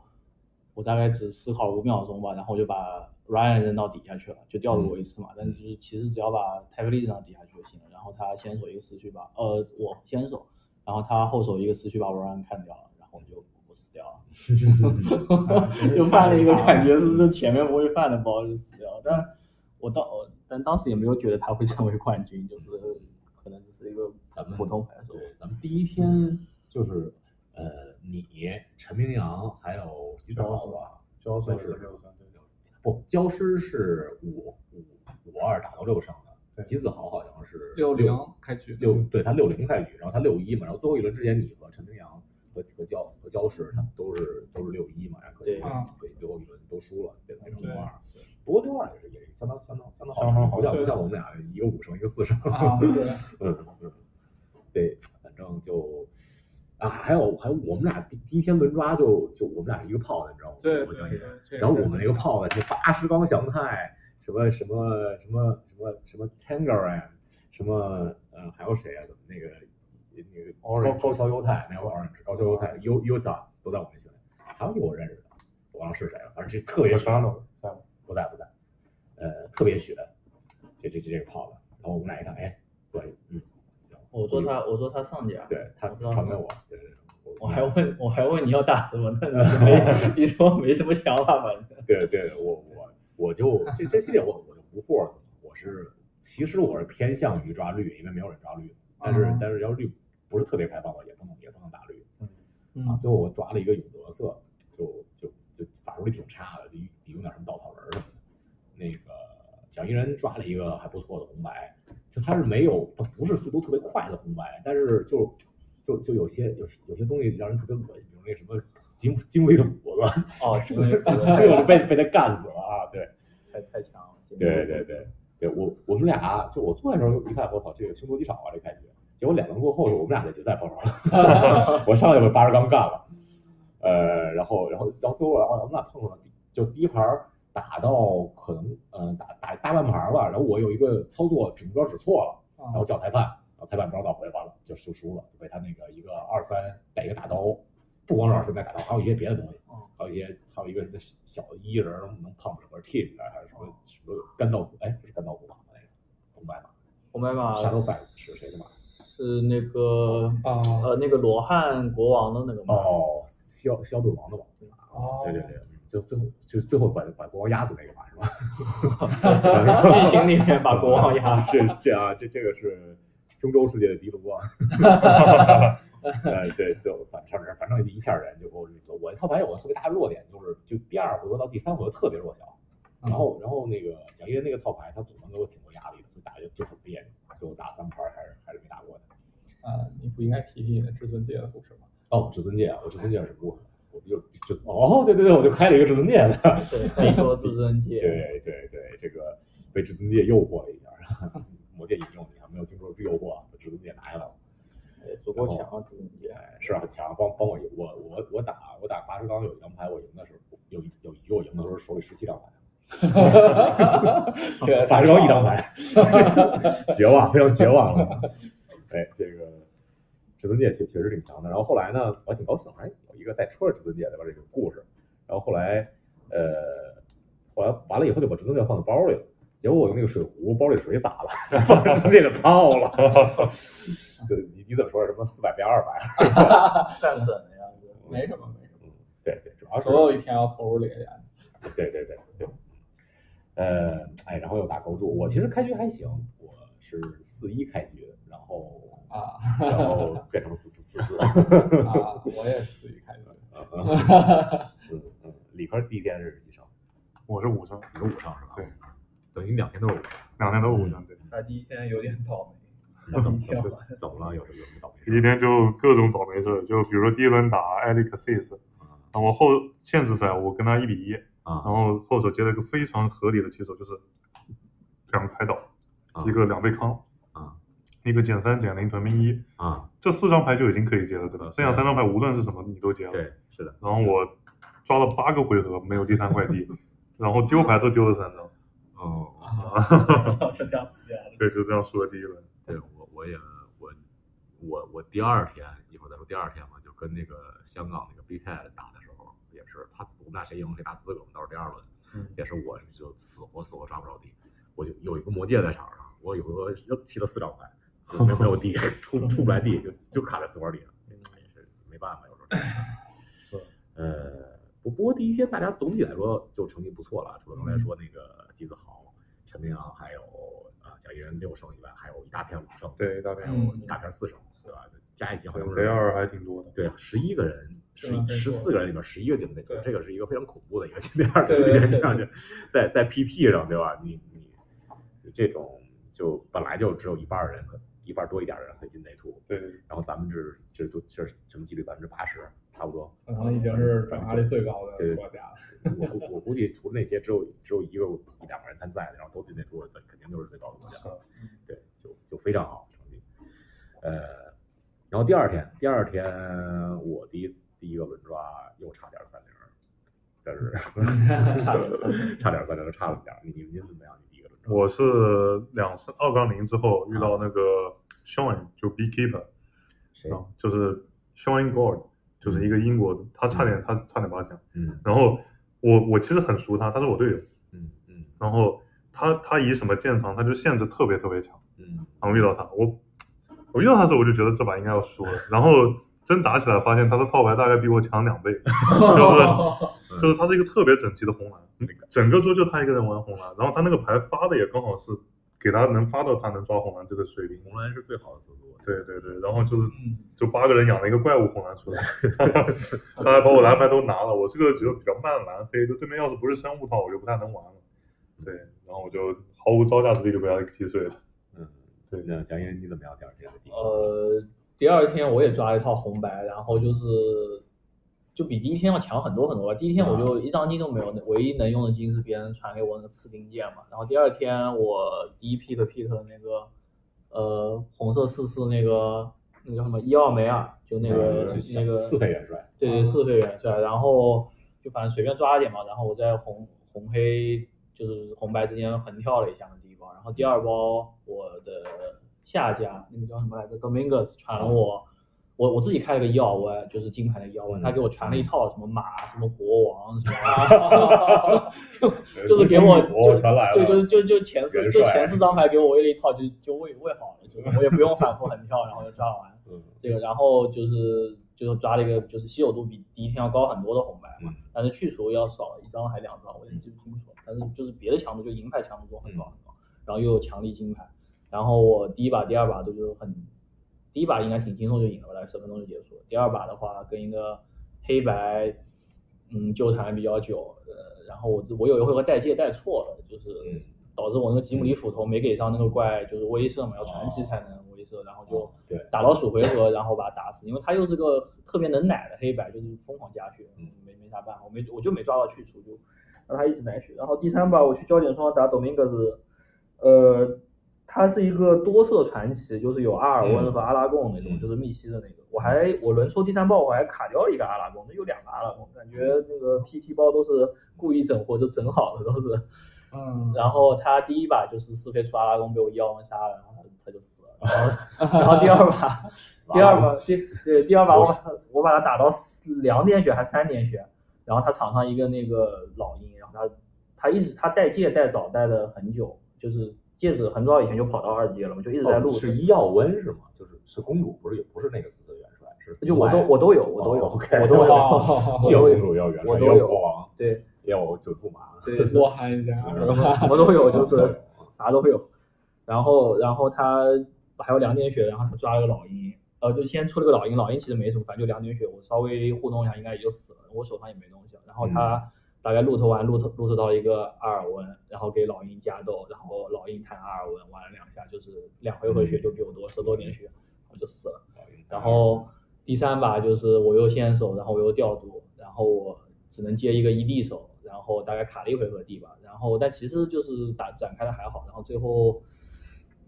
Speaker 5: 我大概只思考五秒钟吧，然后我就把 Ryan 扔到底下去了，就调了我一次嘛。但是就是其实只要把泰菲利扔到底下去就行了。然后他先手一个四驱把呃我先手，然后他后手一个四驱把 Ryan 看掉了，然后我就我死掉了。 就犯了一个感觉是这前面不会犯的包就死掉了，但我当我但当时也没有觉得他会成为冠军，就是可能只是一个
Speaker 1: 咱们
Speaker 5: 普通牌手。
Speaker 1: 对，咱们第一天就是呃，你陈明阳还有吉泽老吧，
Speaker 2: 交
Speaker 1: 都是不，焦师是五五五二打到六胜的，
Speaker 2: 对
Speaker 1: 吉子豪好像是
Speaker 4: 六零开局的
Speaker 1: 六对他六零开局，然后他六一嘛，然后最后一轮之前你和陈明阳和和焦和焦师他们都是都是六一嘛，然后可惜
Speaker 5: 对
Speaker 4: 啊
Speaker 1: 对最后一轮都输了，变成
Speaker 4: 对
Speaker 1: 六二。不过六二也是也是相当相当相当好
Speaker 2: 相当
Speaker 1: 成绩，
Speaker 2: 好
Speaker 1: 不像不
Speaker 4: 对
Speaker 1: 像我们俩一个五胜一个四胜。
Speaker 4: 啊，对，
Speaker 1: 嗯嗯，对，反正就啊，还有还有我们俩第第一天轮抓就就我们俩是一个炮的，你知道吗？
Speaker 4: 对
Speaker 1: 我
Speaker 4: 对
Speaker 1: 想
Speaker 4: 对
Speaker 1: 起来，，
Speaker 4: 这个
Speaker 1: 然后我
Speaker 4: 是
Speaker 1: 们那个炮啊的，就八十钢祥太，什么什么什么什么什么 Tangeran，什么呃还有谁啊？那个那个高
Speaker 2: Orange
Speaker 1: 高桥优太，那个
Speaker 5: 啊
Speaker 1: Orange 高桥优太优优塔都在我们群里，还有一个我认识的，我忘了是谁了，反正这特别
Speaker 2: 也
Speaker 1: 熟
Speaker 2: 刷了，在
Speaker 1: 不在不在，呃，特别血，这这这这个炮的。然后我们俩一看，哎，对，嗯，行
Speaker 5: 我说他我说他上家，
Speaker 1: 对他
Speaker 5: 我知道
Speaker 1: 传给我，对对对，
Speaker 5: 我还问，我还问你要打什么呢？ 你没，你说没什么想法，反正。
Speaker 1: 对对，我我我就这这系列我我就不 force，了我是其实我是偏向于抓绿，因为没有人抓绿，但是
Speaker 4: 啊
Speaker 1: 但是要绿不是特别开放的，也不能也不能打绿啊。
Speaker 5: 嗯，
Speaker 1: 最后我抓了一个永德色，就就就法术力挺差的，得得用点什么稻草人儿什么的。那个蒋一人抓了一个还不错的红白，就他是没有，他不是速度特别快的红白，但是就就就有些有有些东西让人特别恶心，比如那什么金金龟的斧子。
Speaker 5: 哦，这个
Speaker 1: 这个被被他干死了啊！对
Speaker 5: 太太强了。这个
Speaker 1: 对对对，对我我们俩就我坐那时候一看，我操，这个凶多吉少啊，这感觉。结果两轮过后，我们俩在决赛碰上了， 我上去把八十刚干了，呃，然后然后然后最后然后我们俩碰上了，就第一盘打到可能嗯、呃打打大大半盘吧，然后我有一个操作指目标指错了，然后
Speaker 4: 啊
Speaker 1: 叫裁判，然后裁判不让倒回，完了就输输了，就被他那个一个二三带一个大刀，不光是二三带大刀，还有一些别的东西
Speaker 4: 哦，
Speaker 1: 还有一些还有一个什么小的一人能胖整个 team 里边，还是什么什么干豆腐，哎，这是干豆腐吧？那个红白马，
Speaker 5: 红白马
Speaker 1: 沙头百是谁的马？
Speaker 5: 是那个
Speaker 4: 啊
Speaker 5: 呃那个罗汉国王的那个马，啊
Speaker 1: 哦，萧萧顿王的马，
Speaker 4: 哦
Speaker 1: 对对对，就最后就最后把把国王压死那个马是吧？
Speaker 5: 剧情里面把国王压死。
Speaker 1: 这这啊，这这个是中州世界的迪卢啊。呃，对，就反正反正一片人就给我日子。我套牌有个特别大的弱点，就是就第二回合到第三回合特别弱小，然后然后那个蒋一的那个套牌，他总能给我挺多压力的，就打就就很别扭，最后打三盘还是还是没打过他。
Speaker 4: 啊，你不应该提提你的至尊戒的故事吗？
Speaker 1: 哦，至尊戒，我至尊戒是不，我就就哦，对对对，我就开了一个 至尊戒的。
Speaker 5: 对，可以说至尊戒。
Speaker 1: 对对对，这个被至尊戒诱惑了一下， 魔戒引诱你啊，没有经受诱惑，把至尊戒拿下来了。
Speaker 5: 哎足够强了，至尊戒。
Speaker 1: 哎，是啊，很强，帮帮我赢，我我我打我打八十刚有一张牌，我赢的时候有一有一局我赢的时候手里十七张牌，对，八十刚一张牌，绝望，非常绝望了。哎，这个至尊戒确确实挺强的。然后后来呢，我还挺高兴，哎，有一个带车的至尊戒对吧？这个故事。然后后来呃，后来完了以后就把至尊戒放到包里了。结果我用那个水壶，包里水洒了，然后至尊戒就泡了。 对，你你怎么说？什么四百变二百？
Speaker 5: 战神的样子。
Speaker 4: 没什么，没什么，
Speaker 1: 对对，主要是
Speaker 4: 总
Speaker 5: 哦
Speaker 4: 有一天要投入猎人。
Speaker 1: 对对对对，呃，哎，然后又打构筑，我其实开局还行，我是四一开局，然后
Speaker 4: 啊
Speaker 1: 然后变成四四四 四，
Speaker 4: 啊！我也是一开始，
Speaker 1: 嗯嗯，理科第一天是几胜？
Speaker 2: 我是五胜，
Speaker 1: 你是五胜是吧？
Speaker 2: 对，
Speaker 1: 等于你两天都是五胜，
Speaker 2: 两天都五
Speaker 1: 嗯
Speaker 2: 胜，对，
Speaker 5: 他第一天有点倒霉，
Speaker 1: 那怎么
Speaker 5: 哦一天
Speaker 1: 怎么
Speaker 5: 吧
Speaker 1: 怎么了？有什么有什么倒霉
Speaker 2: 第一
Speaker 1: 事？
Speaker 2: 天就各种倒霉事儿，就比如说第一轮打艾利克 c i s
Speaker 1: 啊
Speaker 2: 然后后限制赛我跟他一比一，然
Speaker 1: 啊
Speaker 2: 后后手接了一个非常合理的起手，就是两个开导，
Speaker 1: 啊
Speaker 2: 一个两倍康，
Speaker 1: 啊
Speaker 2: 一个减三减零屯兵一，
Speaker 1: 啊！
Speaker 2: 这四张牌就已经可以接了，对吧？剩下三张牌无论是什么你都接了。
Speaker 1: 对，是的，
Speaker 2: 然后我抓了八个回合没有第三块地，然后丢牌都丢了三张，
Speaker 1: 哦，
Speaker 4: 啊
Speaker 5: 就这样死掉 了。
Speaker 2: 对，就这样输了第一轮。
Speaker 6: 对我我也我我我第二天一会儿再说第二天嘛，就跟那个香港那个 B K 打的时候也是，他我们俩谁赢谁拿资格，我们到时候第二轮、
Speaker 2: 嗯
Speaker 6: 也是我就死活死活抓不着地，我就有一个魔戒在场上，我有个又骑了四张牌，就没没有地出出不来地，就就卡在死活里了，也是没办法，有时候这样。 呃，不不过第一天大家总体来说就成绩不错了，除了刚才说那个季子豪、陈明阳还有啊蒋一人六胜以外，还有一大片五胜，
Speaker 2: 对，大概
Speaker 6: 还有一大片四胜，对吧？加一起好像
Speaker 2: 雷
Speaker 6: 是
Speaker 2: 二还挺多的。
Speaker 6: 对十一个人，十
Speaker 4: 对啊没
Speaker 6: 十
Speaker 4: 错
Speaker 6: 四个人里面十一个进杯球
Speaker 4: 对，
Speaker 6: 这个是一个非常恐怖的一个进杯二
Speaker 4: 对
Speaker 6: 次
Speaker 4: 对
Speaker 6: 元
Speaker 4: 对
Speaker 6: 上去，在在 PT 上对吧？你你你这种就本来就只有一半儿人可一半儿多一点儿人可以进内图，
Speaker 2: 对，
Speaker 6: 然后咱们这这都这是什么几率百分之八十差不多。
Speaker 4: 可能已经是转化率最高的国家了。
Speaker 6: 我估我估计除了那些只有只有一个一两个人参赛的，然后都进那桌的，肯定就是最高的得奖。对，就就非常好成绩。呃，然后第二天，第二天我第一第一个轮抓又差点三零，但是差点差点三零，差了点儿。你你您怎么样？你第一个轮抓？
Speaker 2: 我是两胜二杠零之后遇到那个 Sean 就 Beekeeper，
Speaker 6: 谁？
Speaker 2: 啊，就是 Sean Gold，就是一个英国的，他差点他差点八强。
Speaker 6: 嗯
Speaker 2: 然后我我其实很熟他，他是我队友。
Speaker 6: 嗯嗯
Speaker 2: 然后他他以什么见长，他就限制特别特别强。
Speaker 6: 嗯
Speaker 2: 然后遇到他，我我遇到他的时候我就觉得这把应该要输了，然后真打起来发现他的套牌大概比我强两倍，
Speaker 6: 嗯
Speaker 2: 就是就是他是一个特别整齐的红蓝，嗯整个桌就他一个人玩红蓝，然后他那个牌发的也刚好是给他能发到他能抓红蓝这个水平。
Speaker 6: 红蓝是最好的思路。
Speaker 2: 对对对，然后就是
Speaker 4: 嗯，
Speaker 2: 就八个人养了一个怪物红蓝出来，他还把我蓝牌都拿了，我是个只有比较慢的蓝黑，就对面要是不是生物套，我就不太能玩了。对，然后我就毫无招架之力就被他给击碎了。
Speaker 6: 嗯，对。那蒋英你怎么样？第二天的第一个
Speaker 5: 呃，第二天我也抓了一套红白，然后就是就比第一天要强很多很多吧。第一天我就一张金都没有，唯一能用的金是别人传给我那个刺钉剑嘛。然后第二天我第一 pick pick 的那个呃红色四四那个那个叫什么伊奥梅尔，就那个、
Speaker 1: 嗯
Speaker 5: 那个
Speaker 1: 四费元帅，
Speaker 5: 对
Speaker 2: 嗯
Speaker 5: 对，四岁元帅，然后就反正随便抓一点嘛，然后我在红红黑就是红红白之间横跳了一下的第一包，然后第二包我的下家那个叫什么来着，Dominguez 传了我，我我自己开了个药我就是金牌的药
Speaker 2: 嗯
Speaker 5: 丸，他给我传了一套什么马什么国王什 么，就是给我
Speaker 2: 我全来了，
Speaker 5: 就对，就就就前
Speaker 2: 元
Speaker 5: 四
Speaker 2: 帅
Speaker 5: 就前四张牌给我喂了一套就就喂喂好了，就是我也不用反复横跳，然后就抓完。这个，然后就是就是抓了一个就是稀有度比第一天要高很多的红白
Speaker 6: 嗯
Speaker 5: 嘛，但是去除要少一张还两张，我也记不清楚了。但是就是别的强度，就银牌强度都很高很高，然后又有强力金牌，然后我第一把、第二把都就是很，第一把应该挺轻松就赢了吧，大概十分钟就结束了。第二把的话跟一个黑白，嗯，纠缠比较久，呃，然后我自我有一回和带借带错了，就是。
Speaker 6: 嗯
Speaker 1: 嗯
Speaker 5: 导致我那个吉姆里斧头没给上那个怪，就是威慑嘛，要传奇才能威慑，然后就
Speaker 1: 对
Speaker 5: 打老鼠回合，然后把他打死，因为他又是个特别能奶的黑白，就是疯狂加血，没没啥办法，我没我就没抓到去除，就让他一直奶血。然后第三把我去焦点双打 Dominguez，呃，他是一个多色传奇，就是有阿尔温和阿拉贡那种，就是密西的那个。我还我轮抽第三包我还卡掉了一个阿拉贡，那有两个阿拉贡，感觉那个 PT 包都是故意整活就整好的都是。
Speaker 4: 嗯，
Speaker 5: 然后他第一把就是四飞出阿拉贡被我一王杀了，然后他他就死了。然后然后第二把，第二把第对第二把我把他我把他打到四两点血还三点血，然后他场上一个那个老鹰，然后他他一直他戴戒戴早戴了很久，就是戒指很早以前就跑到二阶了嘛，就一直在路上。
Speaker 1: 哦是伊耀温是吗？就是是公主，不是也不是那个四的元帅，是
Speaker 5: 就我都我都有，我都
Speaker 1: 哦
Speaker 5: 有，我都有。
Speaker 1: 既有公主，也有元帅，也有国王，
Speaker 5: 对
Speaker 1: 也有九柱马，
Speaker 5: 对，是
Speaker 4: 多嗨一点，啊
Speaker 5: 什么什么都有，就是啥都会有。然后然后他还有两点血，然后他抓了个老鹰，呃，就先出了个老鹰，老鹰其实没什么，反正就两点血，我稍微互动一下应该也就死了，我手上也没东西了。然后他大概路头完路头路头到一个阿尔文，然后给老鹰加斗，然后老鹰弹阿尔文，玩了两下，就是两回合血就比我多十多点血，我就死了。然后第三把就是我又先手，然后我又调度，然后我只能接一个一 D 手，然后大概卡了一回合地吧，然后但其实就是打展开的还好，然后最后。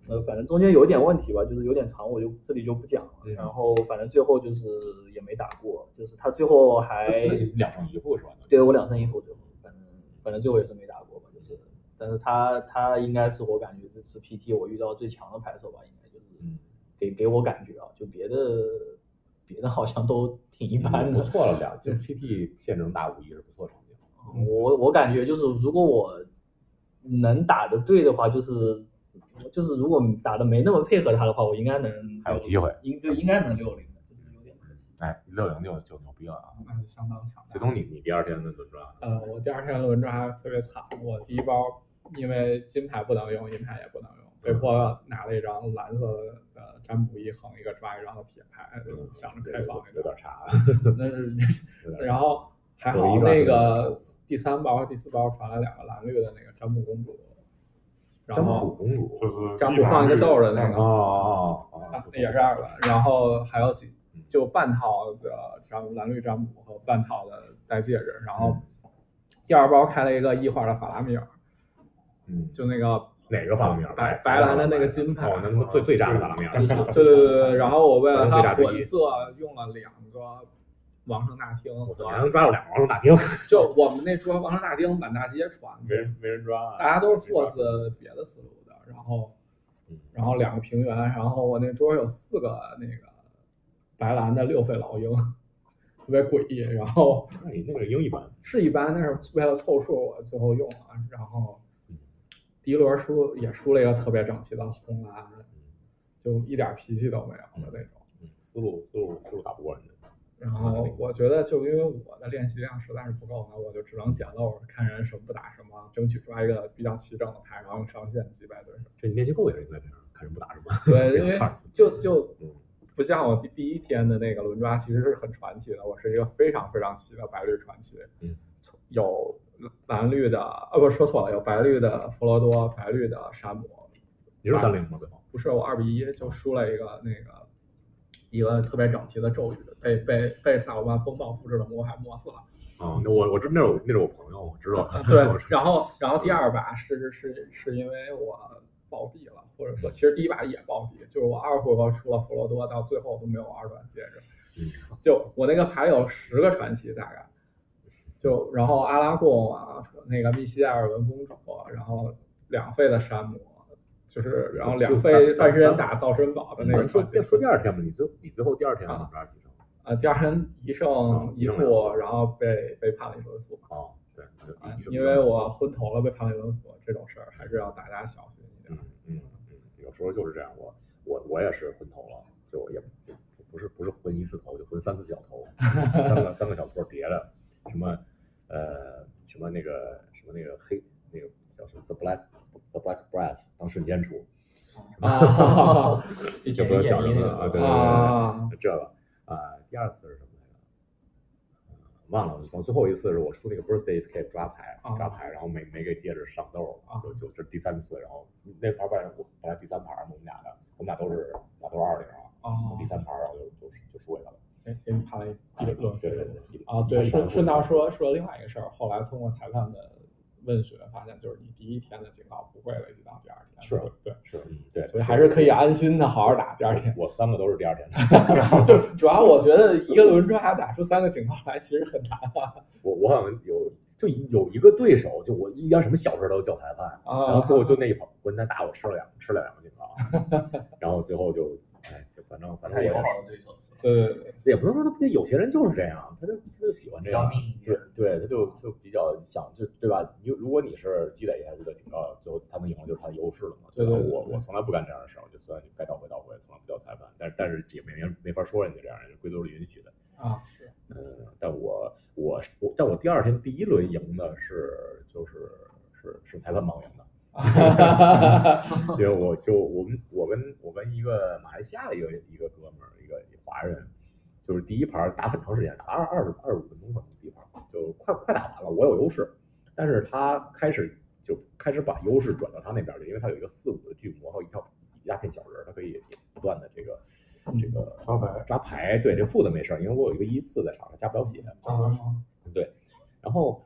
Speaker 5: 呃，反正中间有点问题吧，就是有点长，我就这里就不讲了。然后反正最后就是也没打过，就是他最后
Speaker 1: 哎
Speaker 5: 还
Speaker 1: 两胜一负是吧？
Speaker 5: 对我两胜一负，最后反正反正最后也是没打过吧，就是，但是他他应该是我感觉这次 PT 我遇到最强的牌手吧，应该就是
Speaker 1: 嗯
Speaker 5: 给给我感觉啊，就别的别的好像都挺一般
Speaker 1: 不
Speaker 5: 的。
Speaker 1: 错了，俩就 PT 现制能打五一是不错成绩。
Speaker 5: 我我感觉就是如果我能打得对的话，就是就是如果打得没那么配合他的话，我应该能
Speaker 1: 还有机会，
Speaker 5: 应对应该能六零的，就是有点可惜。
Speaker 1: 哎，六零就就牛逼了啊！
Speaker 4: 嗯，相当强大
Speaker 1: 随。东你你第二天的轮转，
Speaker 4: 呃，我第二天轮抓特别惨，我第一包因为金牌不能用，银牌也不能用，
Speaker 1: 嗯
Speaker 4: 被迫拿了一张蓝色的占卜一横一个抓一张的铁牌，
Speaker 1: 嗯
Speaker 4: 想着开放一
Speaker 1: 有
Speaker 4: 个
Speaker 1: 点，差，
Speaker 4: 但是
Speaker 1: 有点
Speaker 4: 然后还好那个第三包和第四包传了两个蓝绿的那个占卜公主，然
Speaker 1: 占卜
Speaker 4: 后
Speaker 1: 公主
Speaker 2: 就是
Speaker 4: 占卜放一个
Speaker 2: 豆
Speaker 4: 豆儿的那
Speaker 1: 哦
Speaker 4: 个，
Speaker 1: 哦哦哦，
Speaker 4: 啊也是二个，然后还有几
Speaker 1: 嗯
Speaker 4: 就半套的占蓝绿占卜和半套的戴戒指，然后第二包开了一个异化的法拉米尔，
Speaker 1: 嗯，
Speaker 4: 就那个
Speaker 1: 哪个法拉米尔？
Speaker 4: 白白蓝的那个金牌啊
Speaker 1: 哦，，那么最最炸的法拉米尔，
Speaker 4: 对对对对对，然后我为了
Speaker 1: 呃最大
Speaker 4: 它
Speaker 1: 之一
Speaker 4: 混色用了两个王城大厅
Speaker 1: 我
Speaker 4: 和
Speaker 1: 操，你还能抓住两个王城大厅，
Speaker 4: 就我们那桌王城大厅满大街传的，
Speaker 1: 人没人抓
Speaker 2: 啊
Speaker 4: 大家都是 force 别的思路的，然后
Speaker 1: 嗯
Speaker 4: 然后两个平原，然后我那桌有四个那个白蓝的六费老鹰，特别诡异，然后
Speaker 1: 那你那个英一般，
Speaker 4: 是一般，但是为了凑数，我最后用了，然后第一轮输也输了一个特别整齐的红蓝，就一点脾气都没有的那种。
Speaker 1: 嗯思路思路思路打不过人家。
Speaker 4: 然后我觉得，就因为我的练习量实在是不够，那我就只能捡漏，看人什么不打什么，争取抓一个比较齐整的牌，然后用上限击败对 手。
Speaker 1: 这你练习够也是应该这样，看人不打什 么。
Speaker 4: 对，因为
Speaker 1: 看
Speaker 4: 就
Speaker 1: 嗯
Speaker 4: 就不像我第第一天的那个轮抓，其实是很传奇的。我是一个非常非常奇的白绿传奇，
Speaker 1: 嗯，
Speaker 4: 有蓝绿的，呃、不说错了，有白绿的佛罗多，白绿的山姆，
Speaker 1: 你是三零吗？对方
Speaker 4: 不是我二比一就输了一个那个一个特别整齐的咒语，被被被萨鲁曼风暴复制的魔海没死了。
Speaker 1: 啊，那我我知那是我那是我朋友，我知道。
Speaker 4: 对，然后然后第二把是是是因为我暴地了，或者说其实第一把也暴地，就是我二回合出了佛罗多，到最后都没有二转戒指。
Speaker 1: 嗯
Speaker 4: 就我那个牌有十个传奇大概，就然后阿拉贡啊，那个密西埃尔文公主，啊然后两费的山姆，就是然后两费半身打造身堡的那个
Speaker 1: 说
Speaker 4: 环节
Speaker 1: 说第二天吧，你最你最后第二天你们俩几胜？
Speaker 4: 啊，第二天一胜嗯一负，然后被被判了一轮负
Speaker 1: 哦，对，
Speaker 4: 啊
Speaker 1: 你，
Speaker 4: 因为我昏头了被判了一轮负，这种事儿还是要大家小心一点
Speaker 1: 嗯。嗯嗯，有时候就是这样，我我我也是昏头了，就也不不是不是昏一次头，就昏三次小头，三个三个小错叠着，什么呃什么那个什么那个黑那个叫什么 The Black The Black Breath 当瞬间出，
Speaker 4: 啊
Speaker 1: 这不是小时候嗯 啊，对对对
Speaker 4: 啊
Speaker 1: 对，这个啊，第二次是什么来着？啊忘了，我最后一次是我出那个 birthday escape 抓牌，
Speaker 4: 啊
Speaker 1: 抓牌，然后没没给戒指上豆
Speaker 4: 啊
Speaker 1: 就就这第三次，然后那盘本来我本来第三盘嘛，我们俩的，我们俩都是我俩都是二零啊，
Speaker 4: 哦
Speaker 1: 第三盘然后就就就输给他了，
Speaker 4: 哎，给你判了一一轮负
Speaker 1: 对对对，
Speaker 4: 啊，对，顺顺道
Speaker 1: 道
Speaker 4: 说说另外一个事儿，后来通过裁判的问询，发现就是你第一天的警告不会累积到第二天，
Speaker 1: 是
Speaker 4: 所以对，
Speaker 1: 是，嗯对，
Speaker 4: 所以还是可以安心的好好打第二 天。
Speaker 1: 我三个都是第二天的，
Speaker 4: 就主要我觉得一个轮抓打出三个警告来，其实很难啊。
Speaker 1: 我我好像有就有一个对手，就我一点什么小事都叫裁判，
Speaker 4: 啊
Speaker 1: 然后最后就那一盘混蛋打我吃了两吃了两个警 告，然后最后就哎就反正反正
Speaker 5: 太
Speaker 1: 我也
Speaker 5: 友
Speaker 1: 是
Speaker 5: 好的对手，
Speaker 4: 对对对，
Speaker 1: 也不能说他不，有些人就是这样，他就他就喜欢这样
Speaker 5: 要命，
Speaker 1: 对对，他就就比较想就对吧？你如果你是积累一下这个警告，最后他能赢了就是他的优势了嘛。
Speaker 4: 对对对
Speaker 1: 然后我我从来不干这样的事儿，我就虽然该倒回倒回，从来不叫裁判，但是但是也没人没法说人家这样，人家规则是允许的。
Speaker 4: 啊是
Speaker 1: 嗯，但我我我，但我第二天第一轮赢的是就是是是裁判盲赢的， 因为我就我们我跟我跟一个马来西亚的一个一个哥们儿，一个华人，就是第一盘打很长时间，打二二十二十五分钟可能第一盘就快快打完了，我有优势，但是他开始就开始把优势转到他那边去，因为他有一个四五的巨魔和一套鸦片小人儿，他可以不断的这个这个
Speaker 2: 抓牌
Speaker 1: 抓嗯牌，对这负的没事儿，因为我有一个一四在场上加不了血，
Speaker 4: 啊
Speaker 1: 对，然后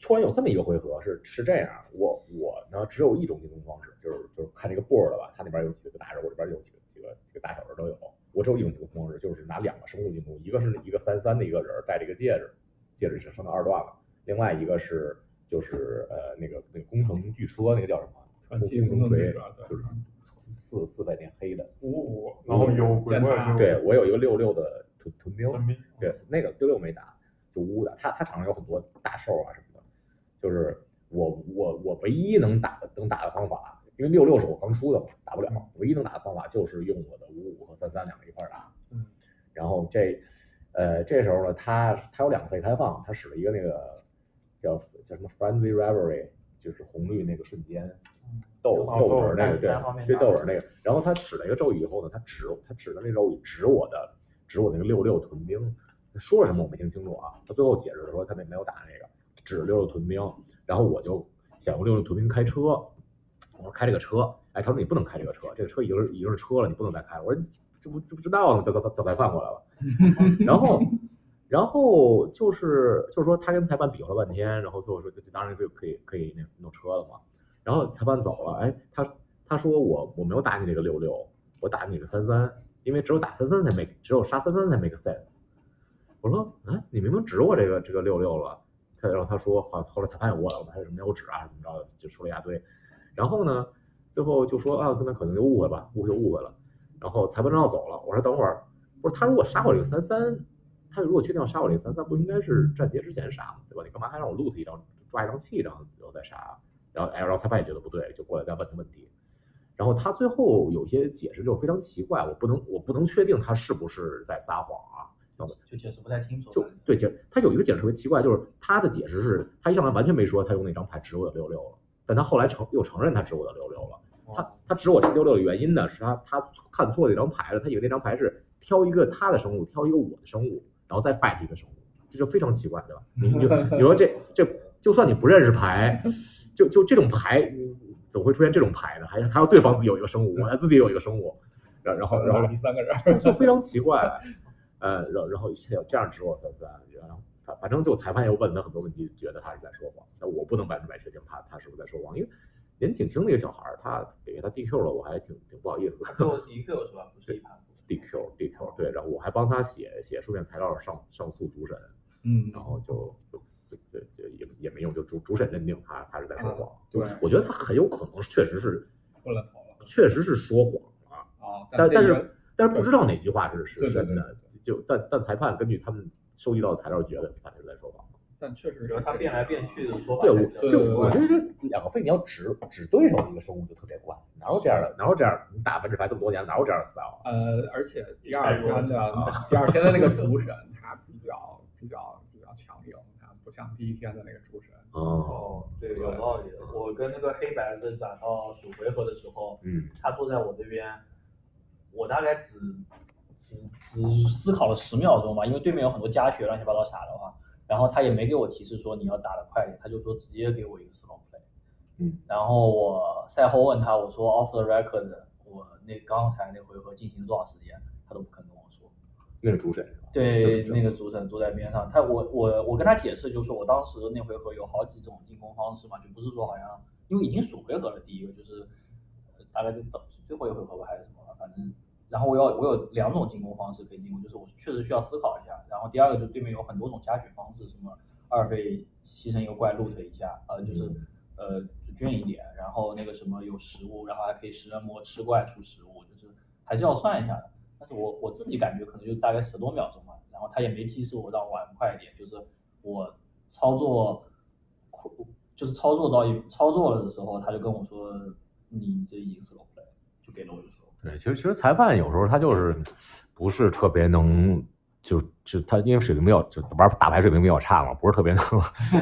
Speaker 1: 突然有这么一个回合是是这样，我我呢只有一种进攻方式，就是就是看这个 board 了吧，他那边有几个大人，我这边有几个几个几个大小人都有，我只有一种进攻方式，就是拿两个生物进攻，一个是一个三三的一个人戴着一个戒指，戒指上升到二段了，另外一个是就是呃那个那个工程巨车那个叫什么？
Speaker 4: 传奇
Speaker 1: 工程
Speaker 4: 工程
Speaker 1: 锤
Speaker 4: 巨车对
Speaker 1: 就是四四带那黑的，
Speaker 4: 五五
Speaker 2: 然后有鬼
Speaker 4: 见
Speaker 2: 怪
Speaker 4: 他
Speaker 1: 嗯
Speaker 2: 就
Speaker 1: 对我有一个六六的屯屯兵，
Speaker 2: 神兵，
Speaker 1: 对，那个六六没打，就五五打。他他场上有很多大兽啊什么的，就是我我我唯一能打的能打的方法，因为六六是我刚出的嘛，打不
Speaker 4: 嗯
Speaker 1: 了。唯一能打的方法就是用我的五五和三三两个一块儿打。
Speaker 4: 嗯。
Speaker 1: 然后这呃这时候呢，他他有两个被开放，他使了一个那个叫叫什么 Friendly Rivalry，就是红绿那个瞬间。斗
Speaker 2: 哦
Speaker 1: 斗
Speaker 2: 斗
Speaker 1: 人那个
Speaker 5: 单单方
Speaker 1: 对，
Speaker 5: 面
Speaker 1: 对
Speaker 5: 打
Speaker 1: 斗人那个，然后他使了一个咒语以后呢，他指他指的那咒语指我的指我那个六六屯兵，说了什么我没听清楚啊。他最后解释说他那没有打那个，指着六六屯兵，然后我就想用六六屯兵开车，我说开这个车，哎，他说你不能开这个车，这个车已经是已经是车了，你不能再开了。我说这不这不知道呢，叫叫叫裁判过来了，然后。然后就是就是说，他跟裁判比划了半天，然后最后说，这这当然就可以可以那弄车了嘛。然后裁判走了，哎，他他说我我没有打你这个六六，我打你这个三三，因为只有打三三才 make，只有杀三三才 make sense。我说，哎，你明明指我这个这个六六了，他然后他说，后后来裁判也过来了，他说没有指啊，怎么着的，就说了一大堆。然后呢，最后就说啊，那可能就误会吧，误就误会了。然后裁判正要走了，我说等会儿，我说他如果杀我这个三三，他如果确定要杀我这个三三，不应该是战劫之前杀吗？对吧？你干嘛还让我 loot 一张，抓一张气，然后然后再杀啊？然后哎，然后裁判也觉得不对，就过来再问他问题。然后他最后有些解释就非常奇怪，我不能我不能确定他是不是在撒谎啊，
Speaker 5: 就解释不太清楚。
Speaker 1: 就对解他有一个解释特别奇怪，就是他的解释是他一上来完全没说他用那张牌指我的六六了，但他后来承又承认他指我的六六了。他他指我六六的原因呢，是他他看错了一张牌了，他以为那张牌是挑一个他的生物，挑一个我的生物，然后再 fight 一个生物，这就非常奇怪，对吧？你你你说这这就算你不认识牌，就就这种牌，你怎么会出现这种牌呢？还还要对方自己有一个生物，我还自己有一个生物，然然后然后
Speaker 4: 第三个 人
Speaker 1: 就非常奇怪。呃，然后然后这样指我三三，然后反反正就裁判又问他很多问题，觉得他是在说谎。那我不能百分之百确定他他是不是在说谎，因为年纪挺轻的一个小孩儿，他给他 DQ 了，我还挺挺不好意思。
Speaker 5: 最后 DQ 是吧？不是一盘不
Speaker 1: DQ DQ 对，然后我还帮他写写书面材料上上诉主审，
Speaker 4: 嗯
Speaker 1: 然后就就
Speaker 6: 就就也也没用，就主主审认定他他是在说谎。
Speaker 4: 对，
Speaker 6: 我觉得他很有可能确实是
Speaker 4: 昏了头了
Speaker 6: 确实是说谎了，
Speaker 4: 啊，
Speaker 6: 但
Speaker 4: 但
Speaker 6: 但
Speaker 4: 这个
Speaker 6: 是但是不知道哪句话是
Speaker 4: 对
Speaker 6: 是
Speaker 4: 对
Speaker 6: 真的，就但但裁判根据他们收集到的材料觉得他是在说谎。
Speaker 4: 但确实
Speaker 5: 比如
Speaker 4: 是
Speaker 5: 他
Speaker 4: 这
Speaker 5: 变
Speaker 4: 个
Speaker 5: 来变去的说法
Speaker 6: 对，
Speaker 5: 还
Speaker 6: 我
Speaker 5: 是比较，
Speaker 4: 对
Speaker 6: 就
Speaker 4: 对
Speaker 6: 我觉得这两个非你要指指对手的一个生物就特别怪，哪有这样的？哪有这样的？你打文治牌这么多年，哪有这样的 spell？啊
Speaker 4: 呃，而且第二天的第二天的那个主审他比较比较比较强硬，他不像第一天的那个主审。
Speaker 6: 哦，
Speaker 5: 哦，对，有道理。我跟那个黑白的打到九回合的时候，
Speaker 6: 嗯，
Speaker 5: 他坐在我这边，我大概只只只思考了十秒钟吧，因为对面有很多加血乱七八糟啥的话，然后他也没给我提示说你要打的快一点，他就说直接给我一个 slow play。
Speaker 6: 嗯，
Speaker 5: 然后我赛后问他，我说 off the record，我那刚才那回合进行多少时间，他都不肯跟我说。
Speaker 6: 那是主审是吧？
Speaker 5: 对，
Speaker 6: 是
Speaker 5: 那个主审坐在边上，他我我我跟他解释，就是我当时那回合有好几种进攻方式嘛，就不是说好像因为已经数回合了，第一个就是呃大概是到最后一回合吧还是什么，反正然后我有我有两种进攻方式可以进攻，就是我确实需要思考一下，然后第二个就是对面有很多种加血方式，什么二费牺牲一个怪 loot 一下，呃就是呃捐一点，然后那个什么有食物，然后还可以食人魔吃怪出食物，就是还是要算一下的。但是我我自己感觉可能就大概十多秒钟吧，然后他也没提示我让我玩快一点，就是我操作，就是操作到一操作了的时候，他就跟我说你这已经是 low play，就给了我一个 slow。
Speaker 1: 对，其实其实裁判有时候他就是不是特别能，就就他因为水平比较就玩打牌水平比较差嘛，不是特别能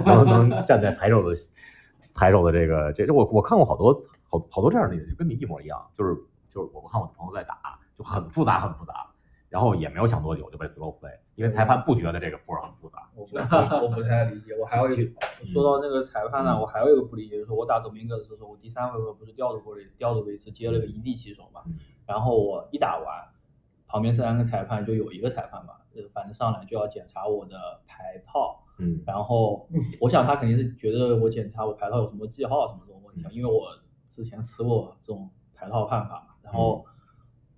Speaker 1: 能能站在牌手的牌手的这个这这我我看过好多好好多这样的例子，就跟你一模一样，就是就是我看我朋友在打，就很复杂很复杂，然后也没有想多久就被 slow play，因为裁判不觉得这个步儿很复杂。
Speaker 5: 我不
Speaker 4: 我不太理解，我还有一个
Speaker 5: 说到那个裁判呢，我还有一个不理解，就是我打 d o m i n g 的时候，我第三回合不是调度过了调度过一次，接了个一地起手嘛，然后我一打完，旁边三个裁判就有一个裁判吧，呃反正上来就要检查我的牌套。
Speaker 6: 嗯
Speaker 5: 然后我想他肯定是觉得我检查我牌套有什么记号什么这种问题啊，因为我之前吃过这种牌套看法嘛。然后，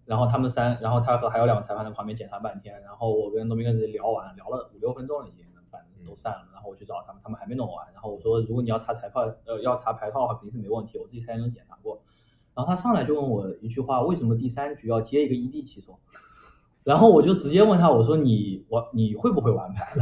Speaker 5: 然后他们三，然后他和还有两个裁判在旁边检查半天，然后我跟罗宾克直聊完，聊了五六分钟了已经，反正都散了。然后我去找他们，他们还没弄完。然后我说，如果你要查裁判，呃，要查牌套的话，肯定是没问题，我自己三天钟检查过。然后他上来就问我一句话，为什么第三局要接一个一地起手？然后我就直接问他，我说你我你会不会玩牌？